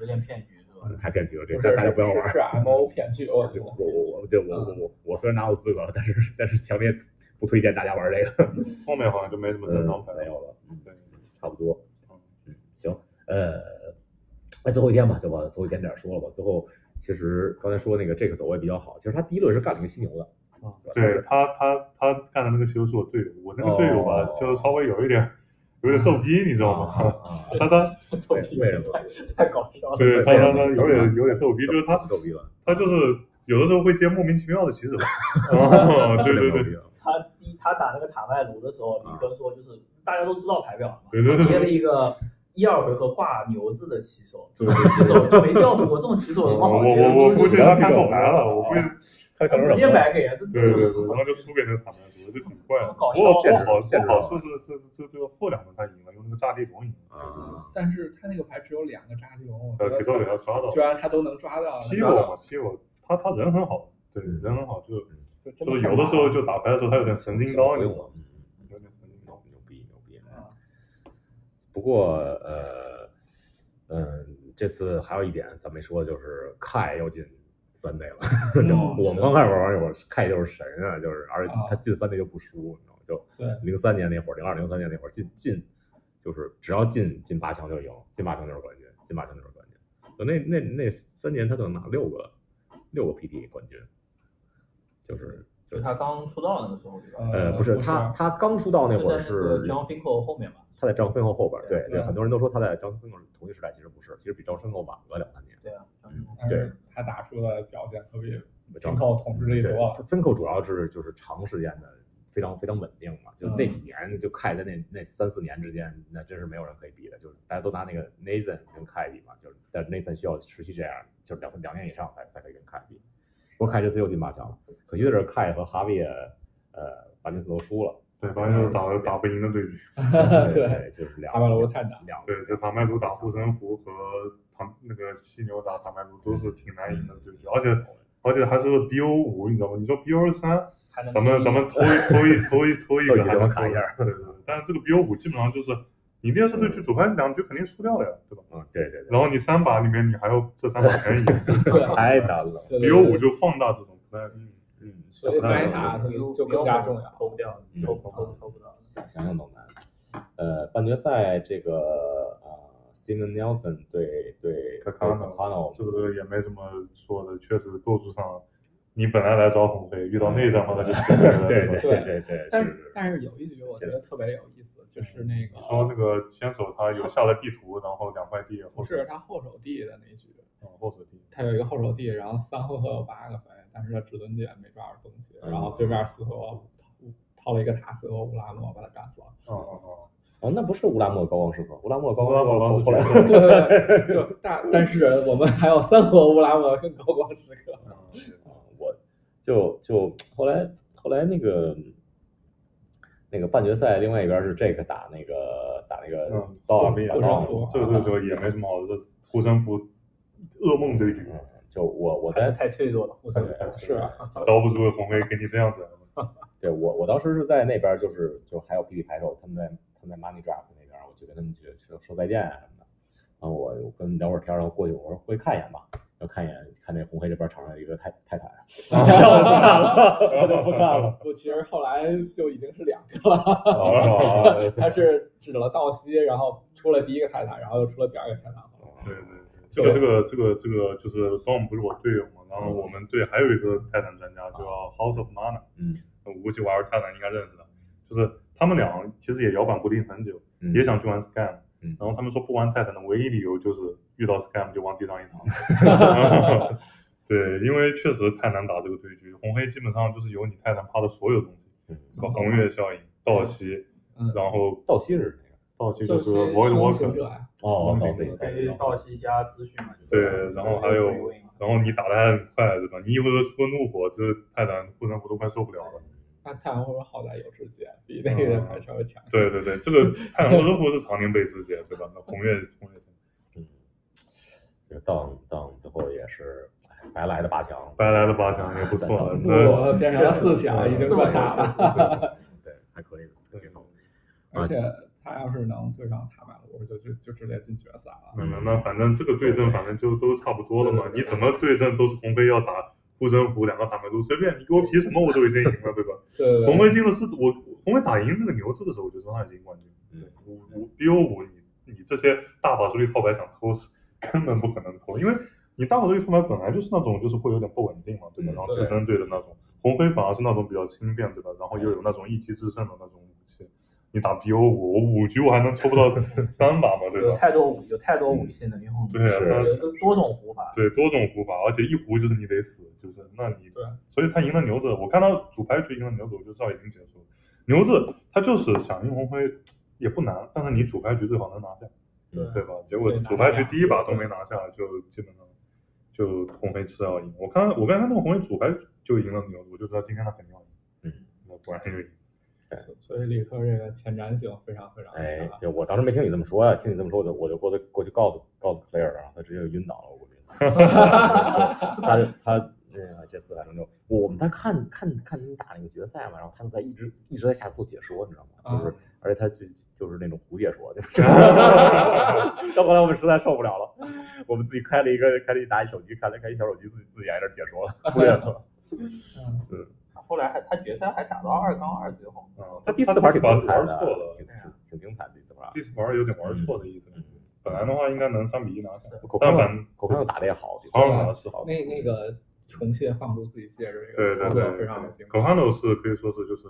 Speaker 5: 有点骗局是吧？
Speaker 1: 太骗局了，这
Speaker 4: 不
Speaker 1: 这
Speaker 4: 是
Speaker 1: 大家不要玩
Speaker 4: 是
Speaker 1: 儿。
Speaker 4: 是 MO 骗局，我
Speaker 1: 我我我对我我我我虽然拿有资格，但是但是强烈不推荐大家玩这个。
Speaker 2: 后面好像就没什么正常牌
Speaker 1: 没有
Speaker 2: 了。
Speaker 1: 了，
Speaker 2: 对，
Speaker 1: 差不多。嗯，行，呃，那最后一天吧，就把最后一天点儿说了吧。最后其实刚才说那个这个走位比较好，其实他第一轮是干了一个犀牛的，
Speaker 2: 对他他他干的那个球是我队友，我那个队友吧，
Speaker 1: 哦
Speaker 2: 就是稍微有一点有点逗逼，你知道吗？
Speaker 1: 啊，
Speaker 2: 他 他
Speaker 1: 为什么？
Speaker 5: 太搞笑了。
Speaker 2: 对他他他有点有点逗逼，就是 他
Speaker 1: 逗逼了，
Speaker 2: 他就是有的时候会接莫名其妙的棋子。 哦，对对对对
Speaker 5: 他第一他打那个塔麦卢的时候，李科说就是大家都知道牌表了嘛，
Speaker 2: 啊对对
Speaker 5: 接了
Speaker 2: 对，
Speaker 5: 一个一二回合挂牛字的骑手，这种骑手就没掉过，这种骑手有什么
Speaker 2: 我
Speaker 5: 好接的？
Speaker 2: 我我估计他看
Speaker 1: 懂
Speaker 2: 错牌了，我估计
Speaker 1: 哦他可能
Speaker 5: 直接白给啊，这
Speaker 2: 对
Speaker 5: 这
Speaker 2: 对对，
Speaker 5: 有什
Speaker 2: 对然
Speaker 5: 么好
Speaker 2: 后就输给那个坦白族，就挺怪的。
Speaker 5: 搞
Speaker 2: 不过
Speaker 5: 笑
Speaker 2: 不好
Speaker 1: 现实
Speaker 2: 不好处是这这这个后两轮他赢了，用那个炸地龙赢了，
Speaker 1: 啊，
Speaker 4: 但是他那个牌只有两个扎地龙，我
Speaker 2: 呃，
Speaker 4: 觉
Speaker 2: 给他给
Speaker 4: 得
Speaker 2: 他抓到
Speaker 4: 居然他都能抓到，
Speaker 2: ，P 我嘛 P 我，他他人很好，对
Speaker 1: 嗯
Speaker 2: 人很好，就
Speaker 4: 就真
Speaker 2: 就是
Speaker 4: 太
Speaker 2: 有的
Speaker 4: 麻
Speaker 2: 时候
Speaker 4: 烦
Speaker 2: 就打牌的时候他有点神经
Speaker 1: 不
Speaker 2: 刀，你知
Speaker 1: 用
Speaker 2: 道吗
Speaker 1: 了，嗯
Speaker 2: 有点神经刀。
Speaker 1: 牛逼牛逼。不过呃嗯，这次还有一点咱没说，就是凯要进三队了。 就我们刚开始玩那会儿，凯就是神啊，就是而且
Speaker 4: 啊
Speaker 1: 他进三队就不输，你知道吗？就
Speaker 4: 对
Speaker 1: 零三年那会儿，零二零三年那会儿进进，就是只要进进八强就赢，进八强就是冠军，进八强就是冠军。就那那那三年他就拿六个六个 PT 冠军，就是
Speaker 5: 就他刚出道那个时候对
Speaker 4: 嗯
Speaker 5: 吧？
Speaker 1: 呃不是他他刚出道那会儿是
Speaker 5: John Finkel 后面吧？
Speaker 1: 他在张飞后后边儿，对对，
Speaker 5: 对
Speaker 4: 嗯
Speaker 1: 很多人都说他在张飞后同一时代，其实不是，其实比张飞后晚个两三年。
Speaker 5: 对啊，
Speaker 4: 但
Speaker 1: 对
Speaker 4: 是他打出的表现可比
Speaker 1: 张
Speaker 4: 平扣统治力
Speaker 1: 对
Speaker 4: 多啊了。
Speaker 1: 分扣主要是就是长时间的非常非常稳定嘛，就那
Speaker 4: 嗯
Speaker 1: 几年就凯在那那三四年之间，那真是没有人可以比的，就是大家都拿那个 Nathan 跟凯比嘛，就是但是 Nathan 需要持续这样，就是两两年以上才才可以跟凯比。不过凯这次又进八强了，可惜的是凯和哈维也呃把这次都输了，
Speaker 2: 对，反正就是打打不赢的对局。
Speaker 4: 对
Speaker 1: 对，就是两
Speaker 4: 哈维罗太难了
Speaker 1: 两
Speaker 2: 对，这塔麦卢打护身符和唐那个犀牛打塔麦卢都是挺难赢的对局，而且而且还是 BO 五，你知道吗？你说 BO 三，
Speaker 4: 还
Speaker 5: 嗯
Speaker 4: 能
Speaker 2: 咱们咱们偷一偷一偷一偷一
Speaker 1: 偷一 个
Speaker 2: 个还能
Speaker 1: 卡一下
Speaker 2: 对对对，但是这个 BO 五基本上就是你劣势队去主办两局肯定输掉了呀，对吧？
Speaker 1: 嗯，对对对，
Speaker 2: 然后你三把里面你还要这三把 全赢
Speaker 4: 对啊
Speaker 1: 太难了。
Speaker 4: 对对对
Speaker 2: ，BO 五就放大这种不太
Speaker 1: 嗯，
Speaker 4: 所以白塔这个就更加重要。
Speaker 5: 投不掉，
Speaker 1: 投不
Speaker 5: 投不
Speaker 1: 投
Speaker 5: 投投不到。
Speaker 1: 想想都难。呃，半决赛这个呃 s t e v e n Nelson 对对
Speaker 2: Kakano
Speaker 1: Kakano，
Speaker 2: 这个也没什么说的，确实构筑上，你本来来找红黑，遇到内战嘛， 那就全白了。
Speaker 1: 对
Speaker 2: 吧
Speaker 1: 对
Speaker 4: 对
Speaker 1: 对对，
Speaker 4: 但
Speaker 1: 是
Speaker 4: 是但是有一局我觉得特别有意思，就是那个
Speaker 2: 说那个先手他有下了地图，然后两块地，
Speaker 4: 不
Speaker 2: 后
Speaker 4: 是他后手地的那局，
Speaker 2: 嗯后手地，
Speaker 4: 他有一个后手地，然后三回合有八个分，但是他至尊剑没抓住东西，
Speaker 1: 嗯
Speaker 4: 然后对面四合掏了一个塔四合乌拉诺把他干死了。
Speaker 2: 哦哦哦，
Speaker 1: 哦，那不是乌拉莫高光时刻，乌拉莫高
Speaker 2: 乌拉莫高
Speaker 1: 光时
Speaker 2: 光时
Speaker 1: 刻后
Speaker 2: 刻
Speaker 1: 来
Speaker 4: 对对对，就大，但是我们还有三个乌拉莫跟高光时刻。
Speaker 1: 啊，我就就后来后来那个那个半决赛，另外一边是这个打那个打那个
Speaker 2: 嗯，
Speaker 1: 道
Speaker 2: 我
Speaker 1: 尔
Speaker 2: 们也
Speaker 1: 打
Speaker 4: 护身
Speaker 1: 道尔
Speaker 4: 符
Speaker 1: 嘛啊
Speaker 2: 这个这个这个也没什么好的，这护身符噩梦对局，
Speaker 1: 嗯，就我我
Speaker 5: 还
Speaker 1: 在
Speaker 5: 是太脆弱了，互相
Speaker 4: 是啊，
Speaker 2: 遭不住红黑给你这样 子，
Speaker 1: 对我我当时是在那边，就是就还有 PP 排手，他们在他们在 Money Draft 那边，我就跟他们去说说再见啊什么的。然后我我跟他们聊会儿天儿，然后过去我说过去看一眼吧，然后看一眼看那红黑这边场上有一个泰泰坦，啊 我就不看了，
Speaker 4: 我其实后来就已经是两个了，
Speaker 1: 啊我就不看了。
Speaker 4: 他是指了道西，然后出了第一个泰坦，然后又出了第二个泰坦。
Speaker 2: 对对对。这个这个这个这个就是当然不是我队友嘛，然后我们队还有一个泰坦专家叫 House of Mana，
Speaker 1: 嗯，
Speaker 2: 我估计玩泰坦应该认识的，就是他们俩其实也摇摆不定很久，
Speaker 1: 嗯
Speaker 2: 也想去玩 Scam，
Speaker 1: 嗯
Speaker 2: 然后他们说不玩泰坦的唯一理由就是遇到 Scam 就往地上一躺。 对，因为确实太难打这个对局，红黑基本上就是由你泰坦趴的所有东西，
Speaker 1: 嗯
Speaker 2: 搞红月效应、倒吸，
Speaker 4: 嗯，
Speaker 2: 然后
Speaker 1: 道西是那个
Speaker 2: 倒吸
Speaker 4: 就
Speaker 2: 就是是 Void
Speaker 4: 双行
Speaker 2: Walker，
Speaker 4: 者啊，
Speaker 1: 哦，道西
Speaker 5: 可以倒吸加思绪嘛，就是
Speaker 2: 对，然后还有，然后你打的还很快，对吧？你一回合出个怒火，这泰坦护身符都快受不了了。
Speaker 4: 那太阳会好歹有世界，比那个还稍微强。
Speaker 2: 对对对，这个泰坦护身符是常年被肢解，对吧？那红月红月
Speaker 1: 嗯，这当当最后也是哎白来的八强，
Speaker 2: 白来了八强也不错嗯了，那
Speaker 4: 我变成了四强，已经够傻了。
Speaker 6: 对，还可以，还挺好。
Speaker 4: 而且他要是能对上塔马罗，就就就直接进决赛了。
Speaker 2: 那那那反正这个对阵反正就都差不多了嘛，你怎么对阵都是红黑要打护身符两个塔梅路，随便你给我比什么我都已经赢了，对吧？
Speaker 4: 对对对，
Speaker 2: 红黑进了四，我红黑打赢那个牛子的时候，我就说他已经冠军。
Speaker 1: 嗯
Speaker 2: 对，五五 BO 五，你你这些大法术力套牌想偷是根本不可能偷，因为你大法术力套牌本来就是那种就是会有点不稳定嘛，对吧？
Speaker 1: 嗯
Speaker 2: 然后
Speaker 4: 对嗯
Speaker 2: 自身队的那种，红黑反而是那种比较轻便，对吧？然后又有那种一击制胜的那种武器。你打 BO 五，我五局我还能抽 不到三把嘛，对
Speaker 5: 有
Speaker 2: 吧？
Speaker 5: 太多武，有太多武器能用，
Speaker 2: 对啊
Speaker 1: 是
Speaker 2: 那
Speaker 5: 有一个多种胡法，
Speaker 2: 对，多种胡法，而且一胡就是你得死，就是那你
Speaker 4: 对，
Speaker 2: 所以他赢了牛子，我看到主牌局赢了牛子，我就知道已经结束了。牛子他就是想赢红黑也不难，但是你主牌局最好能拿下，
Speaker 1: 嗯
Speaker 2: 对吧？结果主牌局第一把都没拿下，就基本上就红黑吃要赢。我看我刚才那个红黑主牌就赢了牛子，我就知道今天他肯定要赢。
Speaker 1: 嗯，
Speaker 2: 那果然就赢。
Speaker 4: 所以理科这个前瞻性非常非常
Speaker 1: 哎
Speaker 4: 强，。啊
Speaker 1: 对我当时没听你这么说呀，听你这么说，我就我就过去过去告诉告诉 Claire，然后他直接就晕倒了，我估计。他就他呃这次反正就我我们在看看看他们打那个决赛嘛，然后他们在一直一直在下做解说，你知道吗？
Speaker 2: 啊
Speaker 1: 就是、而且他就就是那种胡解说，就是 到后来我们实在受不了了，我们自己开了一个开了一打一手机，开了开一小手机自己自己挨着解说忽
Speaker 2: 啊
Speaker 1: 略了。
Speaker 4: 嗯
Speaker 5: 后来还他决赛还打到二杠二最后，
Speaker 2: 嗯，
Speaker 1: 他第四盘挺
Speaker 2: 玩
Speaker 1: 精
Speaker 2: 错
Speaker 1: 彩的
Speaker 2: 了，，
Speaker 1: 挺挺挺精彩的第四盘。
Speaker 2: 第四盘有点玩错的意
Speaker 1: 嗯
Speaker 2: 思。本来的话应该能三比一拿下，
Speaker 1: 口康
Speaker 2: 但凡
Speaker 1: 口康又打得也好，
Speaker 2: 好像打的是好。
Speaker 4: 那那个重卸放逐自己戒指，这
Speaker 2: 对
Speaker 4: 个
Speaker 2: 对
Speaker 4: 操
Speaker 2: 对
Speaker 4: 作
Speaker 2: 对
Speaker 4: 非常有精嗯
Speaker 2: 可
Speaker 4: 彩。
Speaker 2: 汗斗是可以说是就是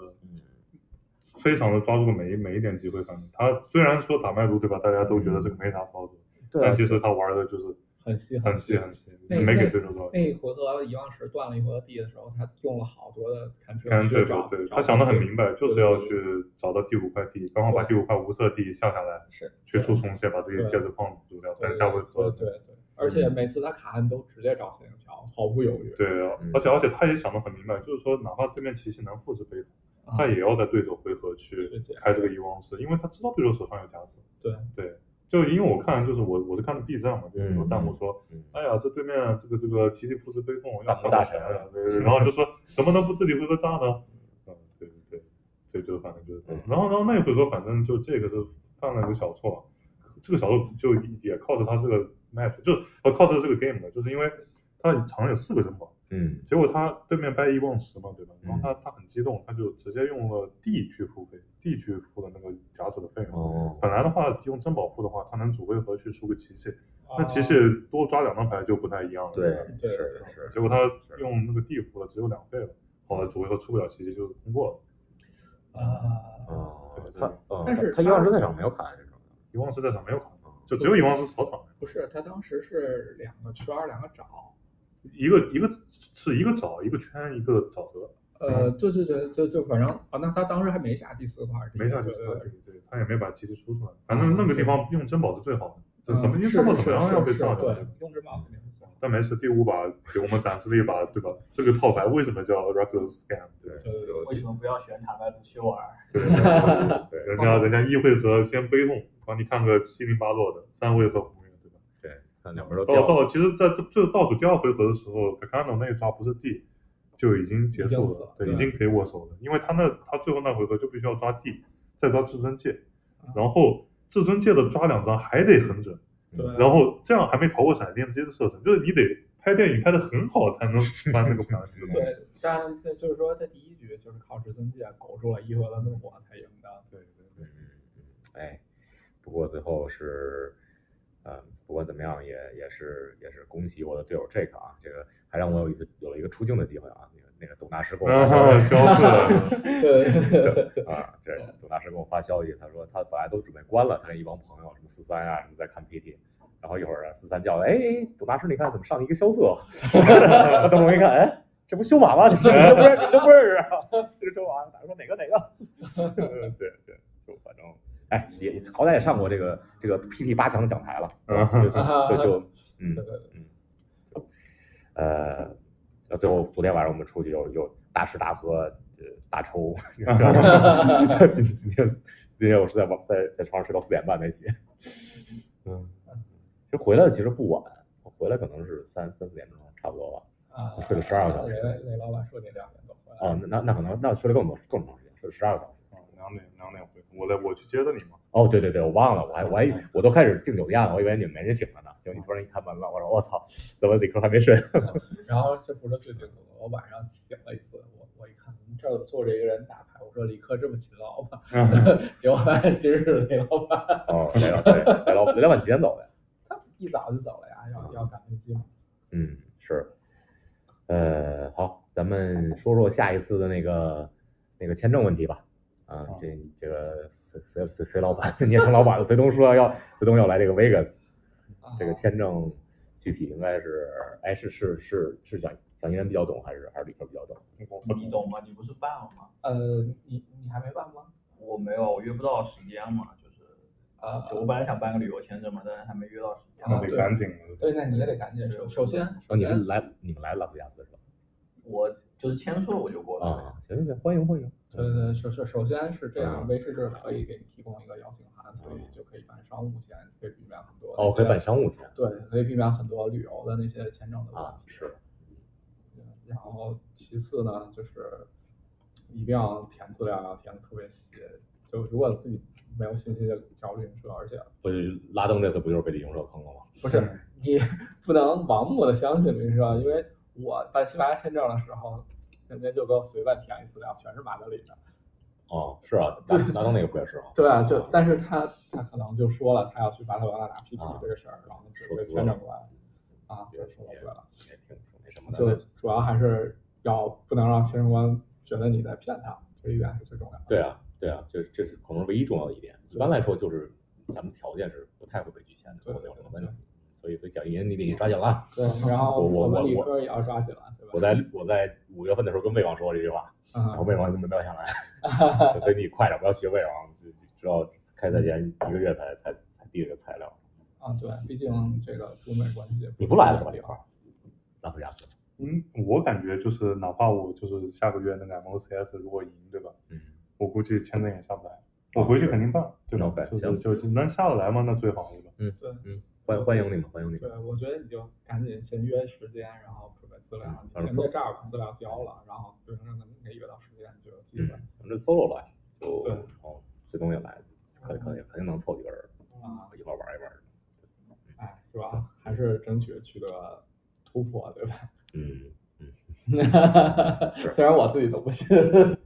Speaker 2: 非常的抓住每一每一点机会，反正他虽然说打麦卢对吧，大家都觉得这个没啥操作，
Speaker 1: 对
Speaker 2: 但
Speaker 1: 啊，
Speaker 2: 其实他玩的就是
Speaker 4: 嗯很稀
Speaker 2: 很
Speaker 4: 很
Speaker 2: 细很细，
Speaker 4: 那
Speaker 2: 没给对手多少
Speaker 4: 那一哎回合遗忘石断了一回合地的时候，他用了好多的砍锤
Speaker 2: 干脆
Speaker 4: 去
Speaker 2: 不
Speaker 4: 找，
Speaker 2: 对，
Speaker 4: 找
Speaker 2: 他想的很明白，
Speaker 4: 对
Speaker 2: 就是要去找到第五块地，刚好把第五块无色地下下来，
Speaker 4: 是
Speaker 2: 去出重血把自己戒指矿阻掉，等下回合。
Speaker 4: 对对对，而且每次他卡恩都直接找陷阱桥，毫不犹豫。
Speaker 2: 嗯对啊
Speaker 1: 嗯，
Speaker 2: 而且而且他也想的很明白，就是说哪怕对面骑士能复制贝塔，
Speaker 4: 啊，
Speaker 2: 他也要在对手回合去
Speaker 4: 是这样
Speaker 2: 开这个遗忘石，因为他知道对手手上有假死。
Speaker 4: 对
Speaker 2: 对，就因为我看就是我我是看的 B 站嘛，就是有弹幕说，
Speaker 1: 嗯
Speaker 2: 哎呀，这对面这个这个极其富士悲痛要
Speaker 1: 弹幕大
Speaker 2: 神
Speaker 1: 神
Speaker 2: 了，对对对然后就说怎么能不自己回合炸呢？嗯，对对对，对，就反正就是这样，然后然后那一回合反正就这个是犯了一个小错嘛，这个小错就也靠着他这个 match，就是呃靠着这个 game 的，就是因为他好像有四个珍宝，
Speaker 1: 嗯
Speaker 2: 结果他对面掰一望十嘛，对吧？然后他他很激动，他就直接用了 D 去付费，D 去付了那个假使的费用。
Speaker 1: 哦，
Speaker 2: 本来的话，用珍宝库的话，他能主回合去出个奇迹，那
Speaker 4: 啊
Speaker 2: 奇迹多抓两张牌就不太一样了。
Speaker 1: 对
Speaker 2: 吧，
Speaker 4: 对
Speaker 1: 是是
Speaker 2: 结果他用那个 D 付了，只有两费了，后来主回合出不了奇迹就通过了。
Speaker 4: 啊，
Speaker 1: 哦
Speaker 2: 对，对
Speaker 1: 他嗯
Speaker 4: 但是
Speaker 1: 他一
Speaker 4: 他
Speaker 1: 万之在场没有砍这种，
Speaker 2: 遗忘是在场没有卡，
Speaker 4: 哦
Speaker 2: 就只有遗忘是草场，
Speaker 4: 不是，他当时是两个圈儿两个找，
Speaker 2: 一个一个是一个沼，一个圈，一个沼泽，
Speaker 4: 呃，
Speaker 2: 嗯
Speaker 4: 对对对对对，反正啊，那他当时还没下第四块儿，
Speaker 2: 没下去
Speaker 4: 对
Speaker 2: 吃
Speaker 4: 对
Speaker 2: 饭
Speaker 4: 对
Speaker 2: 对对，他也没把奇迹出出来。反正那个地方用珍宝是最好的，
Speaker 4: 嗯
Speaker 2: 怎怎么用
Speaker 4: 是
Speaker 2: 珍宝
Speaker 4: 是
Speaker 2: 怎么样
Speaker 4: 是
Speaker 2: 要被
Speaker 4: 是
Speaker 2: 炸掉
Speaker 4: 对？，用之帽肯定是这样
Speaker 2: 但没事，第五把给我们展示了一把，对吧？这个套牌为什么叫 Reckless Scam？对
Speaker 4: 对对对，
Speaker 3: 为什么不要选塔牌不去玩？
Speaker 2: 对对对对，人家人家一回合先悲痛，帮你看个七零八落的，三回合红运，对吧？
Speaker 1: 对，但两边都
Speaker 2: 到
Speaker 1: 掉了，
Speaker 2: 到其实，在最倒数第二回合的时候 c a n o 那一抓不是 D，就已经结束
Speaker 4: 已经死
Speaker 2: 了
Speaker 4: 了，
Speaker 2: 对，
Speaker 4: 对
Speaker 2: 已经给我手了，因为他那他最后那回合就必须要抓 D，再抓至尊戒，然后至尊戒的抓两张还得很准，
Speaker 4: 对
Speaker 1: 嗯
Speaker 4: 啊
Speaker 2: 然后这样还没逃过闪电击的射程，就是你得拍电影拍的很好才能翻那个盘，你 知道吗？
Speaker 4: 对，但这就是说，在第一局就是靠至尊剑苟住了伊和的怒火才赢的。对对
Speaker 1: 嗯嗯嗯，哎，不过最后是，呃，不管怎么样也也是也是恭喜我的队友 Jake 啊，这个还让我有一次有了一个出镜的机会啊，那个那个董大师给我
Speaker 2: 然
Speaker 1: 发
Speaker 2: 后
Speaker 1: 消
Speaker 2: 消
Speaker 1: 息
Speaker 2: 费，
Speaker 4: 对，
Speaker 1: 啊，这董大师给我发消息，他说他本来都准备关了，他跟一帮朋友什么四三啊什么在看 PT。然后一会儿四三叫了，哎，哎董大师，你看怎么上了一个萧瑟？我等会儿一看，哎，这不修马吗？你这不认，你这不认识啊？这是修马。大师说哪个哪个？对对，就反正，哎，也好歹也上过这个这个 PT 八强的讲台了，
Speaker 2: 啊哦
Speaker 1: 就就就嗯嗯，呃，那最后昨天晚上我们出去又又大吃大喝，呃，大抽， 今今天今天我是在网在在床上睡到四点半才起，嗯，其实回来其实不晚，我回来可能是三三四点钟差不多吧，
Speaker 4: 啊，
Speaker 1: 睡了12小时
Speaker 4: 雷雷老板说你两点多回来，
Speaker 1: 哦，那那那可能那睡了更多更长时间，睡了十二个小时。
Speaker 2: 两点两点回，我来我去接着你嘛，
Speaker 1: 哦，对对对，我忘了，我还我还以为我都开始订酒店了，我以为你们没人醒了呢。结果你突然一开门了，我说我操，怎么李科还没睡？
Speaker 4: 然后这不是最惊悚的，我晚上醒了一次，我我一看这儿坐着一个人打牌，我说李克这么勤劳吗？
Speaker 1: 嗯
Speaker 4: 结果发现其实是雷老板，
Speaker 1: 哦，对了对，来老来老板几点走的？
Speaker 4: 他一早就走了呀，要要赶飞机嘛。
Speaker 1: 嗯，是。呃，好，咱们说说下一次的那个那个签证问题吧。啊，这这个隋隋隋隋老板， 你也成老板了。隋东说要隋东要来这个 Vegas，这嗯
Speaker 4: 啊
Speaker 1: 个签证具体应该是，哎，是是是是蒋蒋一人比较懂，还是还是李科比较懂？
Speaker 3: 你懂吗？你不是办了吗？
Speaker 4: 呃，你你还没办吗？
Speaker 3: 我没有，我约不到时间嘛，就是
Speaker 4: 啊
Speaker 3: 就我本来想办个旅游签证嘛，但是还没约到时 间。
Speaker 2: 那得赶紧了。
Speaker 4: 对，那你也得赶紧。首首先，
Speaker 1: 哦，你是来你们来拉斯维加斯是吧？
Speaker 3: 我就是签署了我就过来了。
Speaker 1: 啊，行行行，欢迎欢迎。
Speaker 4: 对对，首首首先是这
Speaker 1: 嗯
Speaker 4: 样，威士忌可以给你提供一个邀请函，所以就可以办商务签，可以避免很多
Speaker 1: 哦，可以办
Speaker 4: 办
Speaker 1: 商务签
Speaker 4: 对，可以避免很多旅游的那些签证的问
Speaker 1: 啊，
Speaker 4: 题。嗯
Speaker 1: 是，
Speaker 4: 然后其次呢，就是一定要填资料，要填的特别细。就如果自己没有信心，就找旅行社，而且
Speaker 1: 我就拉登这次不就是被李永社坑了吗？
Speaker 4: 不是你不能盲目的相信旅行社，因为我办西班牙签证的时候，人家就给我随便填一资料，全是马德里的。
Speaker 1: 哦，是啊，拉拉登那个不也是吗？
Speaker 4: 对啊，就但是他他可能就说了，他要去巴塞罗那打 PT
Speaker 1: 啊
Speaker 4: 这个事儿，然后就
Speaker 1: 说
Speaker 4: 被
Speaker 1: 足
Speaker 4: 签
Speaker 1: 了
Speaker 4: 证过来了啊，就说对了，
Speaker 1: 也挺挺那什么的。
Speaker 4: 就主要还是要不能让签证官觉得你在骗他，这一点是最重要的。
Speaker 1: 对啊，对啊，这这是可能是唯一重要的一点。一般来说，就是咱们条件是不太会被局限的，
Speaker 4: 对
Speaker 1: 或者有什么问
Speaker 4: 对
Speaker 1: 题。所以，所以蒋银，你得抓紧了。
Speaker 4: 对，然后
Speaker 1: 我我
Speaker 4: 们
Speaker 1: 我
Speaker 4: 理
Speaker 1: 我
Speaker 4: 科也要抓紧了，对吧？
Speaker 1: 我在我在五月份的时候跟魏王说了这句话，然后
Speaker 4: 嗯，
Speaker 1: 魏王就没撂下 来，所以你快点，不要学魏王，就就知道开赛前一个月才才才递这个材料。
Speaker 4: 啊，对，毕竟这个中美关系，
Speaker 1: 你不来了是吧，李块？拉斯维加斯，
Speaker 2: 嗯，我感觉就是哪怕我就是下个月那个 MOCS 如果赢，对吧？
Speaker 1: 嗯，
Speaker 2: 我估计签证也下不来。我回去肯定办，对吧
Speaker 1: OK，？
Speaker 2: 就是
Speaker 1: 行
Speaker 2: 就是能下得来吗？那最好了吧。
Speaker 4: 对
Speaker 1: 欢欢迎你们，欢迎你们。
Speaker 4: 对，我觉得你就赶紧先约时间，然后准备资料，
Speaker 1: 嗯
Speaker 4: 你先在这儿把资料交了，然后对方让咱们给约到时间就有机
Speaker 1: 嗯，
Speaker 4: 会。
Speaker 1: 咱们这 solo 来，就
Speaker 4: 对
Speaker 1: 然后最东也来，肯肯定肯定能凑几个人儿，
Speaker 4: 啊，
Speaker 1: 一块儿玩一玩。
Speaker 4: 哎，是吧？还是争取取得突破，对吧？
Speaker 1: 嗯，
Speaker 4: 虽然我自己都不信。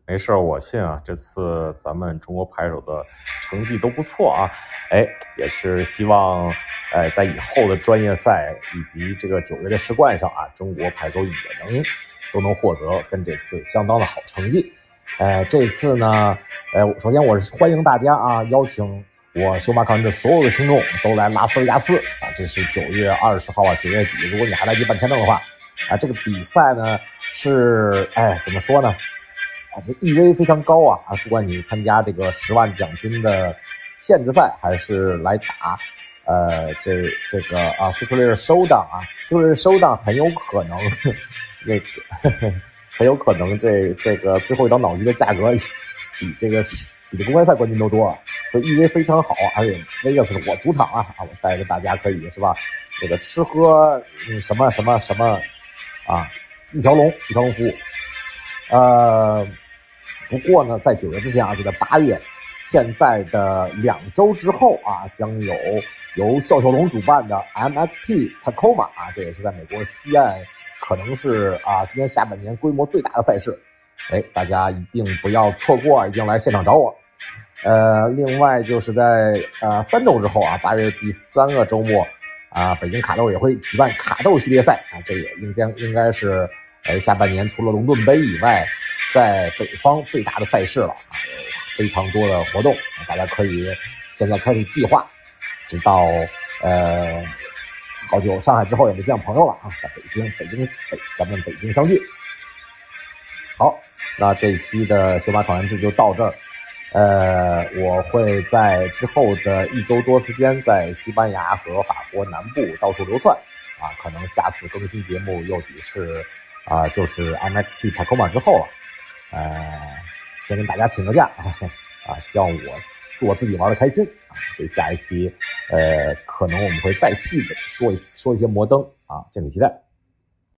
Speaker 1: 没事儿，我信啊，这次咱们中国牌手的成绩都不错啊，哎，也是希望，哎，在以后的专业赛以及这个九月的世冠上啊，中国牌手也能都能获得跟这次相当的好成绩。哎，这次呢，哎，首先我是欢迎大家啊，邀请我修马康的所有的听众都来拉斯维加斯啊，这是九月二十号啊，九月底，如果你还来得及办签证的话，啊，这个比赛呢是，哎，怎么说呢？啊，这意味非常高啊！啊，不管你参加这个十万奖金的限制赛，还是来打，呃，这这个啊 s u p e r l e a 收档啊 s u p e r l e a 收档很有可能那个很有可能这这个最后一道脑机的价格比这个比这公开赛冠军都多啊，所以意味非常好啊，而且 Vegas 是我主场啊，啊，我带着大家可以是吧？这个吃喝嗯什么什么什么啊，一条龙一条龙服务。呃，不过呢，在九月之前啊，就在八月，现在的两周之后啊，将有由笑秀龙主办的 MXP Tacoma 啊，这也是在美国西岸，可能是啊今年下半年规模最大的赛事。哎，大家一定不要错过，啊一定来现场找我。呃，另外就是在呃三周之后啊，八月第三个周末啊，北京卡豆也会举办卡豆系列赛啊，这也应将应该是哎下半年除了龙盾杯以外，在北方最大的赛事了啊，有非常多的活动，啊大家可以现在开始计划，直到呃好久上海之后也没见朋友了啊，在北京北京北咱们北京相聚。好，那这一期的修马考研制就到这儿。呃，我会在之后的一周多时间，在西班牙和法国南部到处流窜啊。可能下次更新节目又得是啊，就是 MXP Tacoma 之后了。呃，先跟大家请个假 啊，啊，希望我祝我自己玩的开心啊。所以下一期呃，可能我们会再细的说一说一些摩登啊，敬请期待。